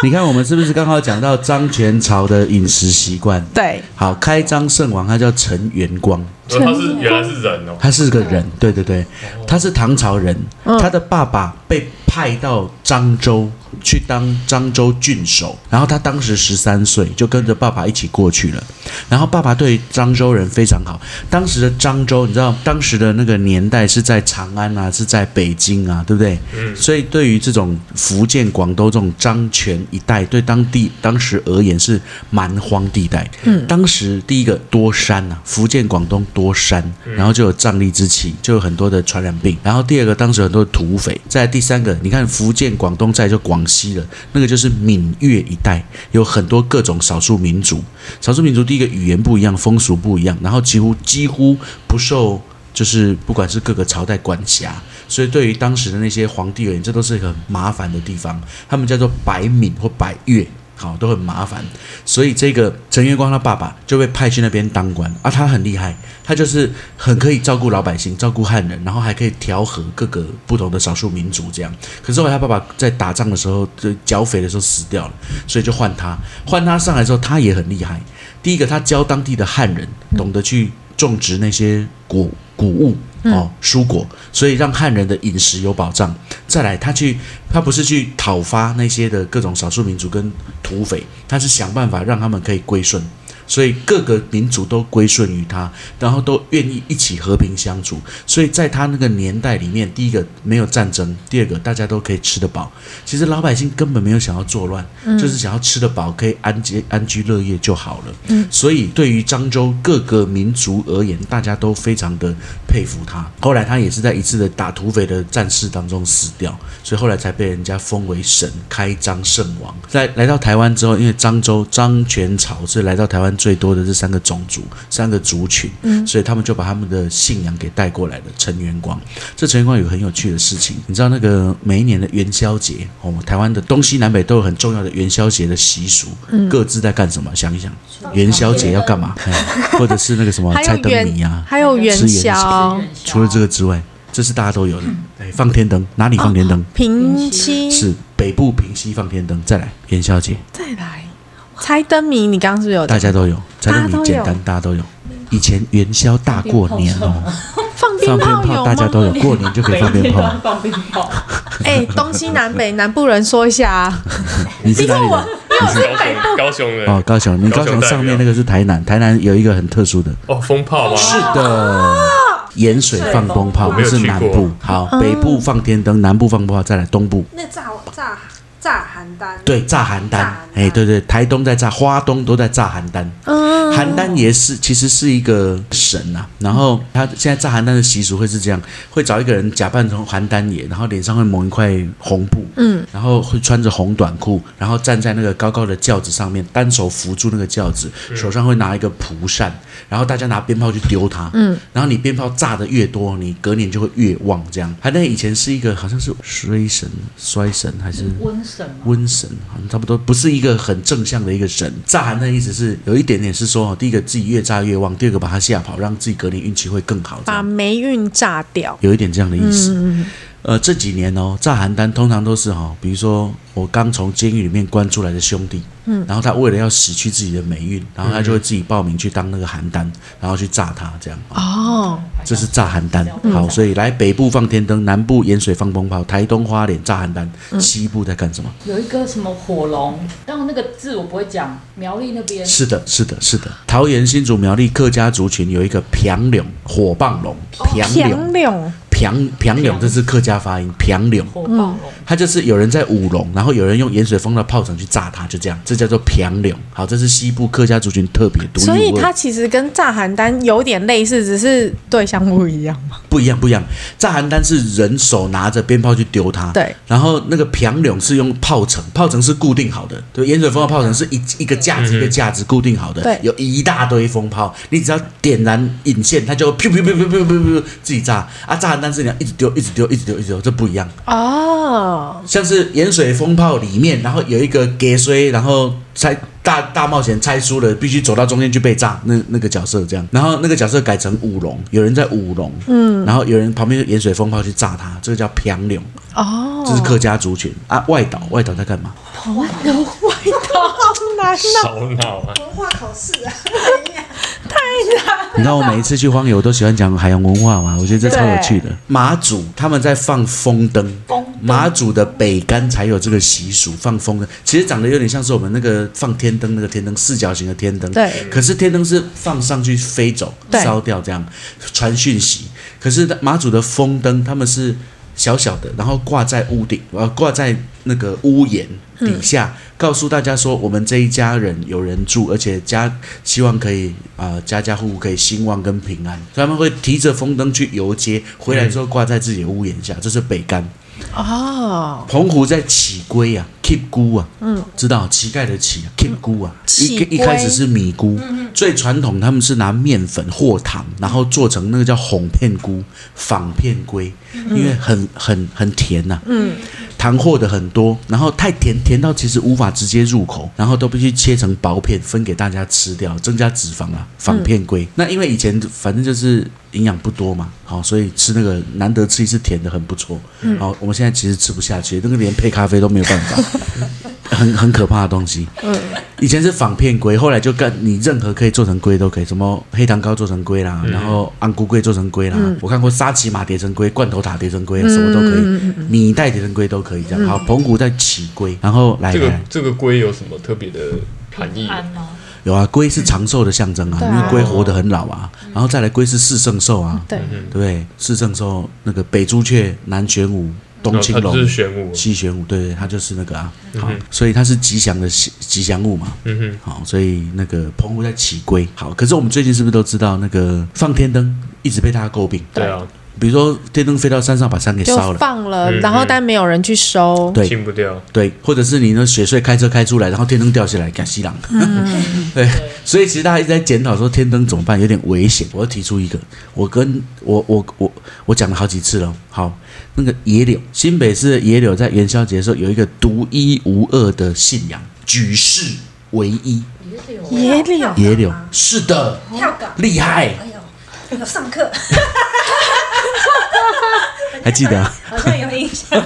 你看我们是不是刚好讲到张全朝的饮食习惯？
对，
好，开张圣王他叫陈元光，
呃他是原来是人哦，
他是个人，
嗯
对对对，他是唐朝人，他的爸爸被派到漳州去当漳州郡守，然后他当时十三岁，就跟着爸爸一起过去了。然后爸爸对漳州人非常好。当时的漳州，你知道当时的那个年代是在长安啊，是在北京啊，对不对？嗯。所以对于这种福建、广东这种漳泉一带，对当地当时而言是蛮荒地带。嗯。当时第一个多山啊，福建、广东多山，然后就有瘴疠之气，就有很多的传染病。然后第二个，当时有很多的土匪。再来第三个，你看福建、广东再来就广西了，那个就是闽粤一带，有很多各种少数民族。少数民族第一个语言呃不一样，风俗不一样，然后几乎几乎不受就是不管是各个朝代管辖，所以对于当时的那些皇帝而言，这都是一个很麻烦的地方，他们叫做百闽或百越。好，都很麻烦，所以这个陈月光他爸爸就被派去那边当官啊，他很厉害，他就是很可以照顾老百姓，照顾汉人，然后还可以调和各个不同的少数民族这样。可是后来他爸爸在打仗的时候，就剿匪的时候死掉了，所以就换他，换他上来之后，他也很厉害。第一个，他教当地的汉人懂得去种植那些果谷物哦，蔬果，所以让汉人的饮食有保障。再来，他去，他不是去讨伐那些的各种少数民族跟土匪，他是想办法让他们可以归顺，所以各个民族都归顺于他，然后都愿意一起和平相处。所以在他那个年代里面，第一个没有战争，第二个大家都可以吃得饱。其实老百姓根本没有想要作乱，就是想要吃得饱，可以安居安居乐业就好了。所以对于漳州各个民族而言，大家都非常的佩服他。后来他也是在一次的打土匪的战事当中死掉，所以后来才被人家封为神，开漳圣王。在来到台湾之后，因为漳州漳泉潮是来到台湾最多的这三个种族、三个族群，所以他们就把他们的信仰给带过来了。陈元光，这陈元光有个很有趣的事情，你知道那个每一年的元宵节，哦，台湾的东西南北都有很重要的元宵节的习俗，各自在干什么？想一想，元宵节要干嘛？ 哎或者是那个什么
还有
猜灯谜
元
啊？
还有元
吃元
宵、
除了这个之外，这是大家都有的。哎，放天灯，哪里放天灯？
哦平息，
是北部平西放天灯，再来元宵节，
再来猜灯谜，你刚刚是不是有
大家都有，猜
大家
灯
都有
谜简单，大家都有。以前元宵大过年哦，
放
放
鞭
鞭
炮有
炮大家
吗？
都有，过年就可以放鞭炮。
放鞭炮，
哎，东西南北，南部人说一下啊。
你是哪里
我
人？
因为我是
高
北
雄高雄人
哦，高雄，你高
高雄代
雄
表
上面那个是台南，台南有一个很特殊的，
哦，风炮吗？
是的，盐水放风炮，
我没有
是
去
南
过
部。好，北部放天灯，南部放风炮，再来东部。
那炸炸炸邯郸，
对，炸邯
炸
郸
邯郸，
哎，对对，台东在炸，花东都在炸邯郸。邯郸也是，其实是一个神呐、啊。然后他现在炸邯郸的习俗会是这样，会找一个人假扮成邯郸爷，然后脸上会蒙一块红布，嗯，然后会穿着红短裤，然后站在那个高高的轿子上面，单手扶住那个轿子，手上会拿一个蒲扇，然后大家拿鞭炮去丢它，嗯，然后你鞭炮炸的越多，你隔年就会越旺。这样，邯郸以前是一个好像是衰神、衰神还是
瘟神吗？
瘟神，好像差不多不是一个很正向的一个神。炸寒的意思是有一点点是说，第一个自己越炸越旺，第二个把它吓跑，让自己隔年运气会更好，这
把
样
霉运炸掉。
有一点这样的意思。呃，这几年哦，炸邯郸通常都是哈、哦，比如说我刚从监狱里面关出来的兄弟，嗯，然后他为了要洗去自己的霉运，然后他就会自己报名去当那个邯郸，然后去炸他这样。
哦，
这是炸邯郸，好，所以来北部放天灯，南部盐水放风炮，台东花莲炸邯郸，西部在干什么？
有一个什么火龙，然后那个字我不会讲，苗栗那
嗯
边
是的，是的，是的。桃园新竹苗栗客家族群有一个平柳火棒龙，
哦
平柳
强柳
平平柳，这是客家发音，平柳。
火暴龙，
它就是有人在舞龙，然后有人用盐水风的炮仗去炸它，就这样，这叫做平柳。好，这是西部客家族群特别独一无
所
二。
以它其实跟炸邯郸有点类似，只是对象不一样嘛。
不一样，不一样。炸邯郸是人手拿着鞭炮去丢它，
对。
然后那个平柳是用炮程，炮程是固定好的，对。盐水风的炮程是一一个架子一个架子固定好的，
对
有一大堆风炮，你只要点燃引线，它就噗噗噗噗噗噗噗自己炸。啊，炸邯郸是你要一直丢，一直丢，一直丢，一直丢，这不一样。
哦，
像是盐水风炮里面，然后有一个给衰，然后猜大大冒险猜输了，必须走到中间去被炸，那那个角色这样。然后那个角色改成舞龙，有人在舞龙，嗯，然后有人旁边用盐水风炮去炸他，这个叫平柳，
哦，
这是客家族群啊。外岛，外岛在干嘛？
好难哦，
烧脑啊！
文化考试啊，
太难
你看我每一次去荒游，我都喜欢讲海洋文化嘛，我觉得这超有趣的。马祖他们在放风灯，
风
马祖的北干才有这个习俗放风灯，其实长得有点像是我们那个放天灯那个天灯四角形的天灯，
对
可是天灯是放上去飞走、
对
烧掉这样传讯息。可是马祖的风灯他们是小小的，然后挂在屋顶，呃，挂在那个屋檐底下，告诉大家说我们这一家人有人住，而且家希望可以啊、呃家家户户可以兴旺跟平安。所以他们会提着风灯去游街，回来之后挂在自己的屋檐下，这是北干。
哦，
澎湖在乞龟啊，keep 菇啊，嗯，知道乞丐的乞啊，keep 菇啊，一
乞
一
龟
一开始是米菇，最传统他们是拿面粉或糖，然后做成那个叫哄片菇、仿片龟，因为很很很甜呐、嗯，糖和的很多，然后太甜，甜到其实无法直接入口，然后都必须切成薄片分给大家吃掉，增加脂肪啊，仿片龟。那因为以前反正就是营养不多嘛，好、所以吃那个难得吃一次甜的很不错。好、我们现在其实吃不下去，那个连配咖啡都没有办法，很很可怕的东西。
嗯
以前是仿片龟，后来就干你任何可以做成龟都可以，什么黑糖糕做成龟
嗯
啦，然后安菇龟做成龟啦，我看过沙琪玛叠成龟、罐头塔叠成龟，什么都可
嗯
以，米袋叠成龟都可以这样。好，澎湖在起龟，然后来
这个
来
这个龟有什么特别的含义？
安吗？
有啊，龟是长寿的象征啊，
对啊嗯
因为龟活得很老啊，然后再来龟是四圣兽啊，
对，
对不对？四圣兽那个北朱雀、南玄武、东
然后
青
哦它
龙
就。是玄武。
七玄武，对对，它就是那个啊，好，所以它是吉祥的吉吉祥物嘛，
嗯哼。
好，所以那个澎湖在起龟。好，可是我们最近是不是都知道那个放天灯一直被大家诟病？
对，啊，
比如说天灯飞到山上把山给
就
烧了。
放了，
嗯
然后但没有人去收，
对
清不掉。
对，或者是你那雪隧开车开出来，然后天灯掉下来，赶西郎。 对，所以其实大家一直在检讨说天灯怎么办，有点危险。我要提出一个，我跟我我我我讲了好几次了。好，那个野柳，新北市的野柳在元宵节的时候有一个独一无二的信仰，举世唯一。
也是有
野柳
跳
野柳，是的，
跳岗，
厉害。
哎呦，有上课，
还记得啊
好像有印象，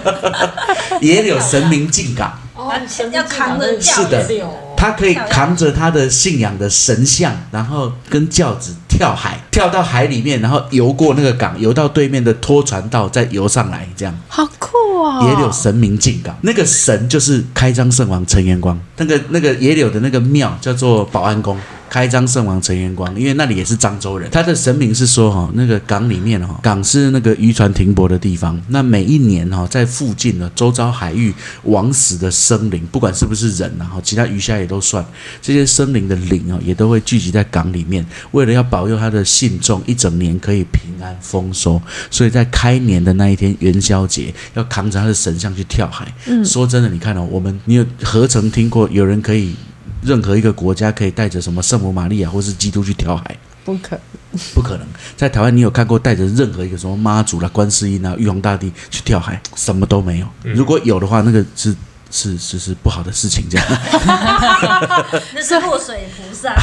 野柳神明进港，
哦，神
要扛着轿
子是的
柳，
他可以扛着他的信仰的神像，然后跟轿子跳海，跳到海里面，然后游过那个港，游到对面的拖船道，再游上来，这样。
好酷哦！
野柳神明进港，那个神就是开张圣王陈元光，那个那个野柳的那个庙叫做保安宫。开张圣王陈元光，因为那里也是漳州人，他的神明是说哈，那个港里面哈，港是那个渔船停泊的地方，那每一年哈，在附近呢周遭海域枉死的生灵，不管是不是人啊，哈，其他鱼虾也都算，这些生灵的灵啊，也都会聚集在港里面，为了要保佑他的信众一整年可以平安丰收，所以在开年的那一天元宵节，要扛着他的神像去跳海。说真的，你看哦，我们你有何曾听过有人可以任何一个国家可以带着什么圣母玛利亚或是基督去跳海？
不可，
不可能，在台湾你有看过带着任何一个什么妈祖啦、观世音啊、玉皇大帝去跳海，什么都没有。如果有的话，那个是是是是不好的事情，这样。
那是落水菩 萨，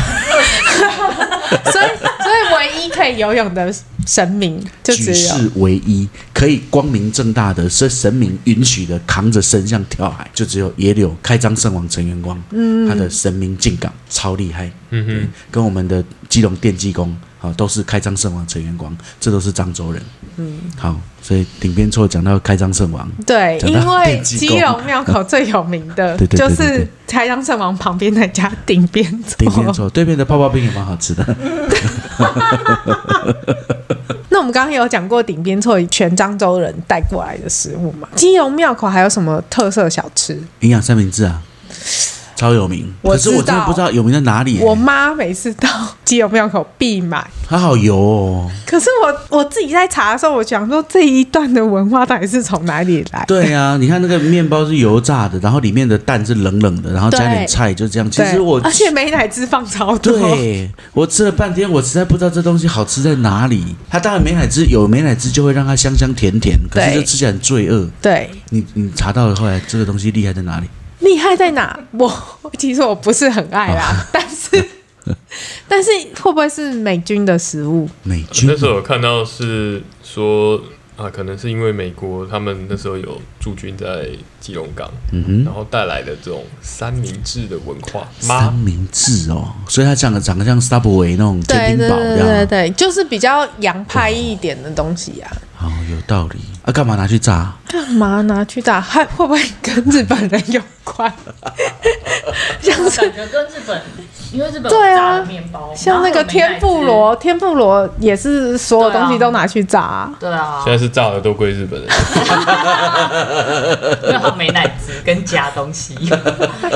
所以所以唯一可以游泳的神明就
举
只有
世唯一可以光明正大的，是神明允许的，扛着神像跳海，就只有野柳开张圣王陈元光，
嗯
他的神明进港超厉害，
嗯哼，
跟我们的基隆电机工啊都是开张圣王陈元光，这都是漳州人，嗯，好，所以顶边错讲到开张圣王，
对，
讲
因
到
为
电击
基
工
隆庙口最有名的
对对对
就
对
是
对
开张圣王旁边那家顶边
顶边
座。
错对面的泡泡冰也蛮好吃的，
那我们刚刚有讲过顶边错全漳州人带过来的食物嘛？基隆庙口还有什么特色小吃？
营养三明治啊，超有名，
我
可是我
知道
真的不知道有名在哪里、欸，
我妈每次到基隆庙口必买，
它好油哦。
可是我我自己在查的时候，我想说这一段的文化到底是从哪里来？
对啊，你看那个面包是油炸的，然后里面的蛋是冷冷的，然后加点菜就这样。其
对啊
实我
而且美乃滋放超多，
对我吃了半天，我实在不知道这东西好吃在哪里。它当然美乃滋有美乃滋就会让它香香甜甜，可是
对
就吃起来很罪恶。
对，
你你查到了后来这个东西厉害在哪里？
厉害在哪？我其实我不是很爱
啊
啦，但是但是会不会是美军的食物？
美
那
军
时候有看到是说啊，可能是因为美国他们那时候有驻军在基隆港，
嗯
然
哼，
后带来的这种三明治的文化。
三
妈，
明治哦，所以它长得长得像 Subway 那种
对
煎
对
饼堡
对
这
对对
样，
对，就是比较洋派一点的东西啊呀、
好哦有道理啊，干嘛拿去炸？
干嘛拿去打？还会不会跟日本人有关？ 像是
感觉跟日本，因为日本
对啊
有炸的面包，
像那个
然后还有美乃
天
滋
妇，罗，天妇罗也是所有东西都拿去炸、
对啊
现，在是炸的都归日本人，
然后美乃滋 跟加东西，啊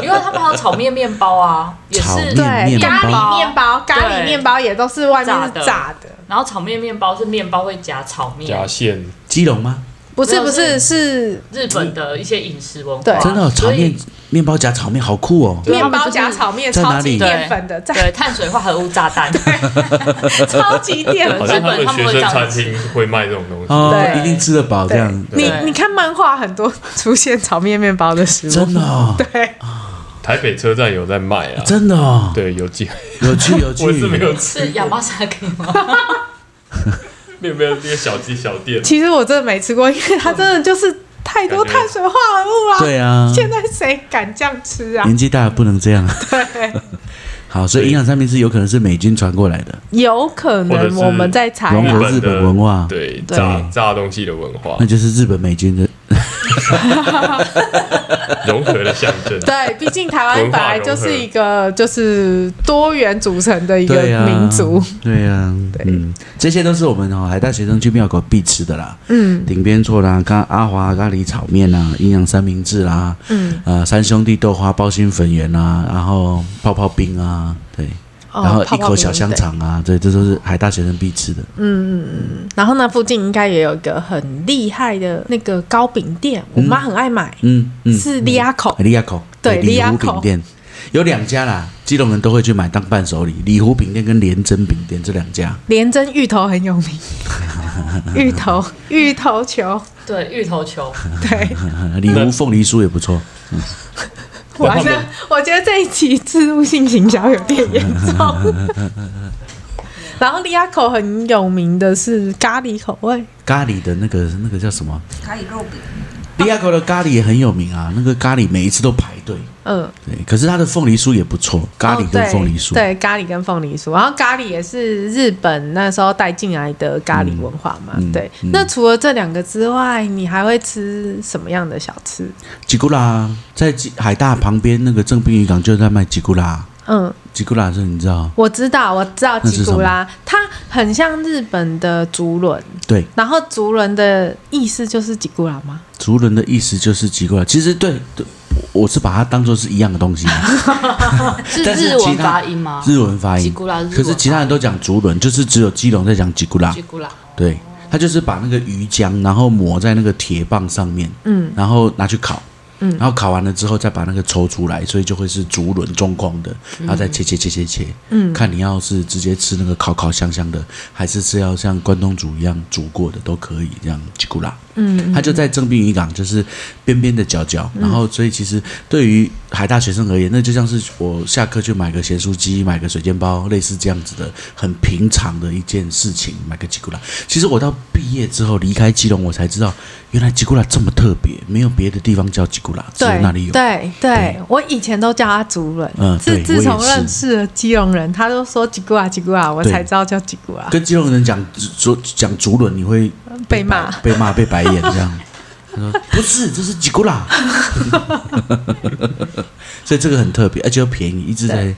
因为他们还有炒面面包啊，也
炒
是
面
对，
面
咖
包
喱面包、咖喱
对
面包也都是外面是
炸的
炸的，
然后炒面面包是面包会夹炒面，
夹馅
基隆吗？
不是
没有
不是
是
是
日本的一些饮食文化，
对
真的哦炒
所以
面面包夹炒面好酷哦，
对
面
他
包
们就是
夹炒面，
在哪
超级
里
对
淀粉的，在
对碳水化合物 炸弹，
超级淀
好
粉
像他
哦
们
日本他们
学
会
生
这样
餐
子
厅会卖这种东西。
哦，
对
一定吃得饱这样，
你
对
你看漫画很多出现炒面面包的食物，
真的哦，
对，
台北车站有在卖啊，
真的哦，
对，有机，
有趣 有趣，
我是没有吃
是亚麻沙可以吗？
没有没有那些小鸡小店，
其实我真的没吃过，因为它真的就是太多
感觉
碳水化合物了。
对啊，
现在谁敢这样吃啊？
年纪大了不能这 样。 好，所以营养三明治有可能是美军传过来的，
有可
或者
能
是
我们在查
融
啦
合日本文化
对
对
炸炸东西的文 化
那，就是日本美军的。
融合的象 征。
对，毕竟台湾
文
本
化
来
融合
就是一个就是多元组成的一个
对啊，
民族，，
对啊，嗯，这些都是我们哦海大学生去庙口必吃的啦，嗯，顶边错啦，咖阿华啊咖喱炒面啦，营养三明治啦，嗯，呃三兄弟豆花包心粉圆啦，然后泡泡冰啊，对，
哦
然后
泡
一
泡
口
冰
小香
对嗯
肠啊，对，这都是海大学生必吃的。
然后那附近应该也有一个很厉害的那个糕饼店，我妈很爱买，
嗯嗯，
是利亚口。
利亚口，
对利
里
亚
湖
口
饼店有两家啦，基隆人都会去买当伴手礼，里湖饼店跟连珍饼店这两家。啊
连珍芋头很有 名，芋头芋头球，
对，芋头球，
对，
里湖凤梨酥也不错，
完了，我觉得这一集自入性行销有点严 重。然后利亚口很有名的是咖喱口味，
咖喱的那个那个叫什
啊
么？
咖喱肉饼，
利亚口的咖喱也很有名啊，那个咖喱每一次都排队。
嗯，
对，可是它的凤梨酥也不错，咖喱跟
哦对
凤梨酥。
对，咖喱跟凤梨酥，然后咖喱也是日本那时候带进来的咖喱文化嘛，
嗯嗯
对。
嗯
那除了这两个之外，你还会吃什么样的小吃？
吉古拉在吉海大旁边那个正滨渔港就在卖吉古拉，
嗯，
吉古拉是你知道？
我知道，我知道
那是
吉
什
古
么
拉，它很像日本的竹轮，
对，
然后竹轮的意思就是吉古拉吗？
竹轮的意思就是吉古拉，其实对对，我我是把它当做是一样的东西。
是
但是
日
其
文
他
发音吗？
日文发
吉
音，
古拉，
可是其他人都讲竹轮，就是只有基隆在讲吉古拉
吉。古拉，
对，他就是把那个鱼浆，然后抹在那个铁棒上面，
嗯，
然后拿去烤，嗯，然后烤完了之后再把那个抽出来，所以就会是竹轮中空的，然后再切切切切切，嗯，看你要是直接吃那个烤烤香香的，还是是要像关东煮一样煮过的都可以，这样吉古拉。嗯，它就在正滨渔港，就是边边的角角，然后所以其实对于海大学生而言，那就像是我下课去买个咸酥鸡，买个水煎包，类似这样子的很平常的一件事情，买个吉古拉。其实我到毕业之后离开基隆，我才知道原来吉古拉这么特别，没有别的地方叫吉古拉，只有
对，
那里有。
对对
对，
我以前都叫他竹轮，
嗯
自
对
自从
我也是
认识了基隆人，他都说啊吉古拉吉古拉，我
对
才知道叫吉啊古拉。
跟基隆人讲竹讲竹轮，你会
被骂
被骂被白眼这样。 他说不是，这是吉古拉， 所以这个很特别，而且又便宜，一直在。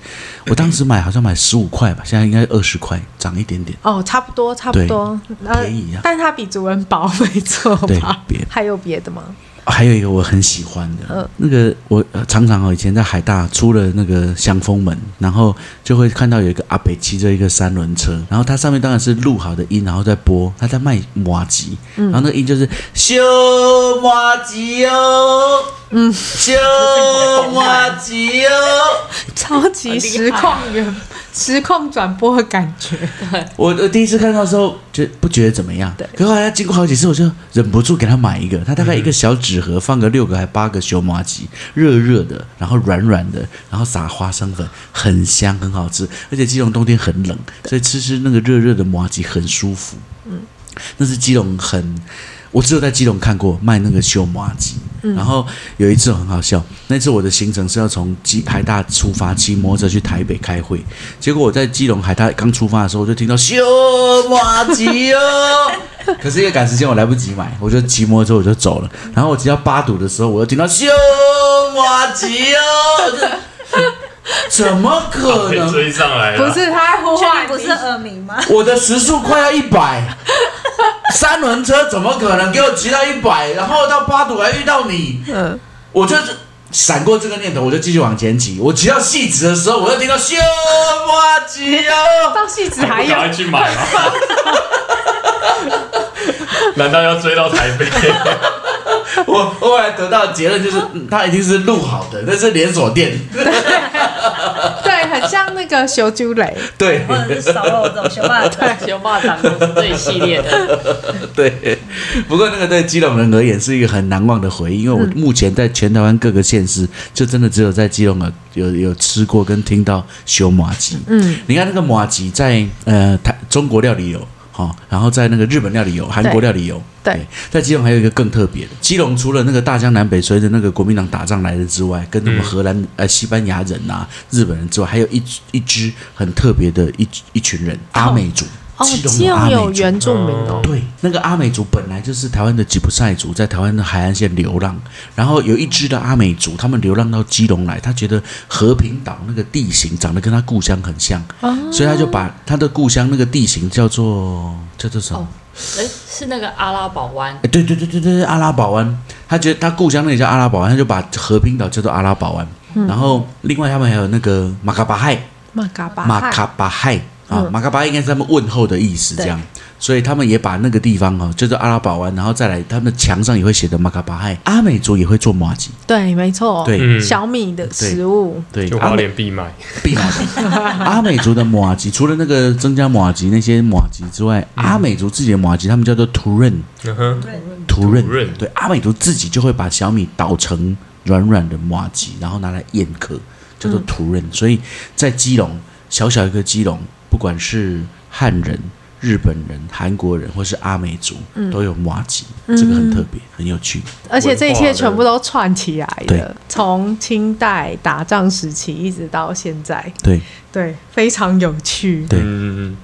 我当时买好像买十五块吧，现在应该二十块，涨一点点。
哦，差不多，差不多，呃
便宜啊
但它比主人 薄，没错
对
吧
别？
还有别的吗？
还有一个我很喜欢的，
嗯
那个我呃常常哦，以前在海大出了那个祥丰门，然后就会看到有一个阿北骑着一个三轮车，然后它上面当然是录好的音，然后再播，他在卖麻吉，然后那个音就是修麻吉哦，嗯，修麻吉哦。
超级实况原实况转播的感觉，
我我第一次看到的时候，觉不觉得怎么样？可后来经过好几次，我就忍不住给他买一个。他大概一个小纸盒，放个六个还八个修麻吉，热热的，然后软软的，然后撒花生粉，很香，很好吃。而且基隆冬天很冷，所以吃吃那个热热的麻吉很舒服。嗯，那是基隆很，我只有在基隆看过卖那个修麻鸡。然后有一次很好笑，那次我的行程是要从基海大出发，骑摩托车去台北开会。结果我在基隆海大刚出发的时候，我就听到修麻吉哦，可是因为赶时间，我来不及买，我就骑摩托车我就走了。然后我骑到八堵的时候，我又听到修麻吉哦，我就怎么可能？
追上来
不
啊
了，
是他在呼
确
唤
定不是耳鸣吗？
我的时速快要一百，三轮车怎么可能给我骑到一百？然后到八堵还遇到你，
嗯，
我就是闪过这个念头，我就继续往前骑。我骑到戏子的时候，我就听到修马吉哦，
到戏子还
赶快
有
去买吗？难道要追到台北？
我我后来得到的结论就是，嗯它一定是录好的，那是连锁店。
对，很像那个修猪雷，
对
或者是烧肉这种熊爸 对，
熊霸掌都是这一系列的，
对，不过那个对基隆人而言是一个很难忘的回忆，因为我
嗯
目前在全台湾各个县市，就真的只有在基隆有有有吃过跟听到修麻吉。
嗯，
你看那个麻吉在呃台中国料理有。好，然后在那个日本料理有，韩国料理有，
对，
在基隆还有一个更特别的，基隆除了那个大江南北随着那个国民党打仗来的之外，跟什么
嗯
荷兰、呃西班牙人呐、日本人之外，还有一一支很特别的一一群人，阿美族。
哦，
基
基
隆
啊
有阿
隆有
美族
原住民哦，
对，啊那个阿美族本来就是台湾的吉普赛族，在台湾的海岸线流浪，然后有一支的阿美族，他们流浪到基隆来，他觉得和平岛那个地形长得跟他故乡很像，所以他就把他的故乡那个地形叫做叫做什么？
哦哎，是那个阿拉堡湾，
哎对对对对对，阿拉堡湾，他觉得他故乡那里叫阿拉堡湾，他就把和平岛叫做阿拉堡湾。然后另外他们还有那个马卡巴亥，
马嘎巴
马
亥
卡巴亥啊，
嗯
马卡巴亥应该是他们问候的意思，这
对
样。所以他们也把那个地方哦，就是阿拉堡湾，然后再来他们的墙上也会写的马卡巴亥。阿美族也会做麻吉，
对，没错，
对
嗯
小米的食物，
对，
就
阿
花
美
莲必买，
必 买的。阿美族的麻吉，除了那个增加麻吉那些麻吉之外，阿美族自己的麻吉，他们叫做图润
嗯哼，
图润
土润
对，阿美族自己就会把小米捣成软软的麻吉，然后拿来宴客，叫做土润。所以在基隆，小小一个基隆，不管是汉人、日本人、韩国人，或是阿美族，都有麻吉，这个很特别，很有趣。
而且这一
文化
切
的
全部都串起来
对
的，从清代打仗时期一直到现在，
对，
对，非常有趣。
对
嗯，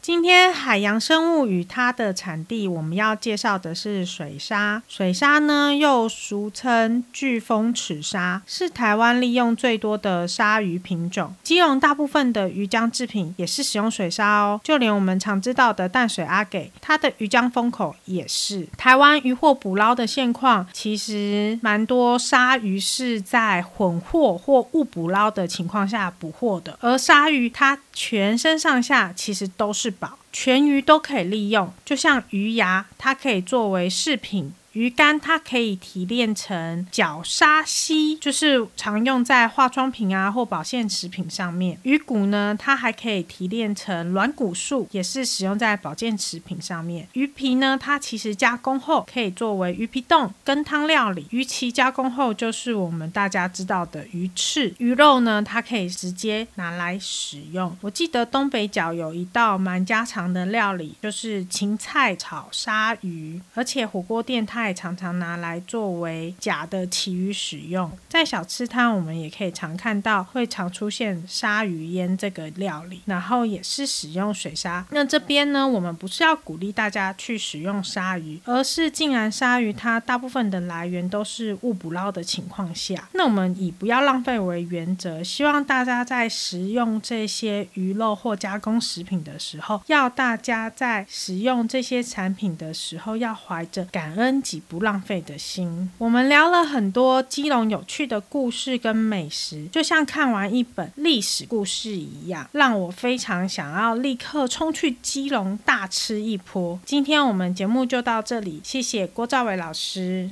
今天海洋生物与它的产地，我们要介绍的是水鲨。水鲨呢，又俗称飓风齿鲨，是台湾利用最多的鲨鱼品种。基隆大部分的鱼浆制品也是使用水鲨哦，就连我们常知道的淡水阿给，它的鱼浆封口也是。台湾渔获捕捞的现况，其实蛮多鲨鱼是在混获或误捕捞的情况下捕获的，而鲨鱼它全身上下其实都是宝，全鱼都可以利用，就像鱼牙，它可以作为饰品。鱼竿它可以提炼成绞鲨烯，就是常用在化妆品啊或保健食品上面。鱼骨呢，它还可以提炼成软骨素，也是使用在保健食品上面。鱼皮呢，它其实加工后可以作为鱼皮冻、羹汤料理。鱼鳍加工后就是我们大家知道的鱼翅。鱼肉呢，它可以直接拿来使用。我记得东北角有一道蛮家常的料理，就是芹菜炒鲨鱼，而且火锅店它也常常拿来作为假的旗鱼使用。在小吃摊，我们也可以常看到会常出现鲨鱼腌这个料理，然后也是使用水鲨。那这边呢，我们不是要鼓励大家去使用鲨鱼，而是竟然鲨鱼它大部分的来源都是误捕捞的情况下，那我们以不要浪费为原则，希望大家在食用这些鱼肉或加工食品的时候，要大家在使用这些产品的时候，要怀着感恩及不浪费的心。我们聊了很多基隆有趣的故事跟美食，就像看完一本历史故事一样，让我非常想要立刻冲去基隆大吃一波。今天我们节目就到这里，谢谢郭兆伟老师。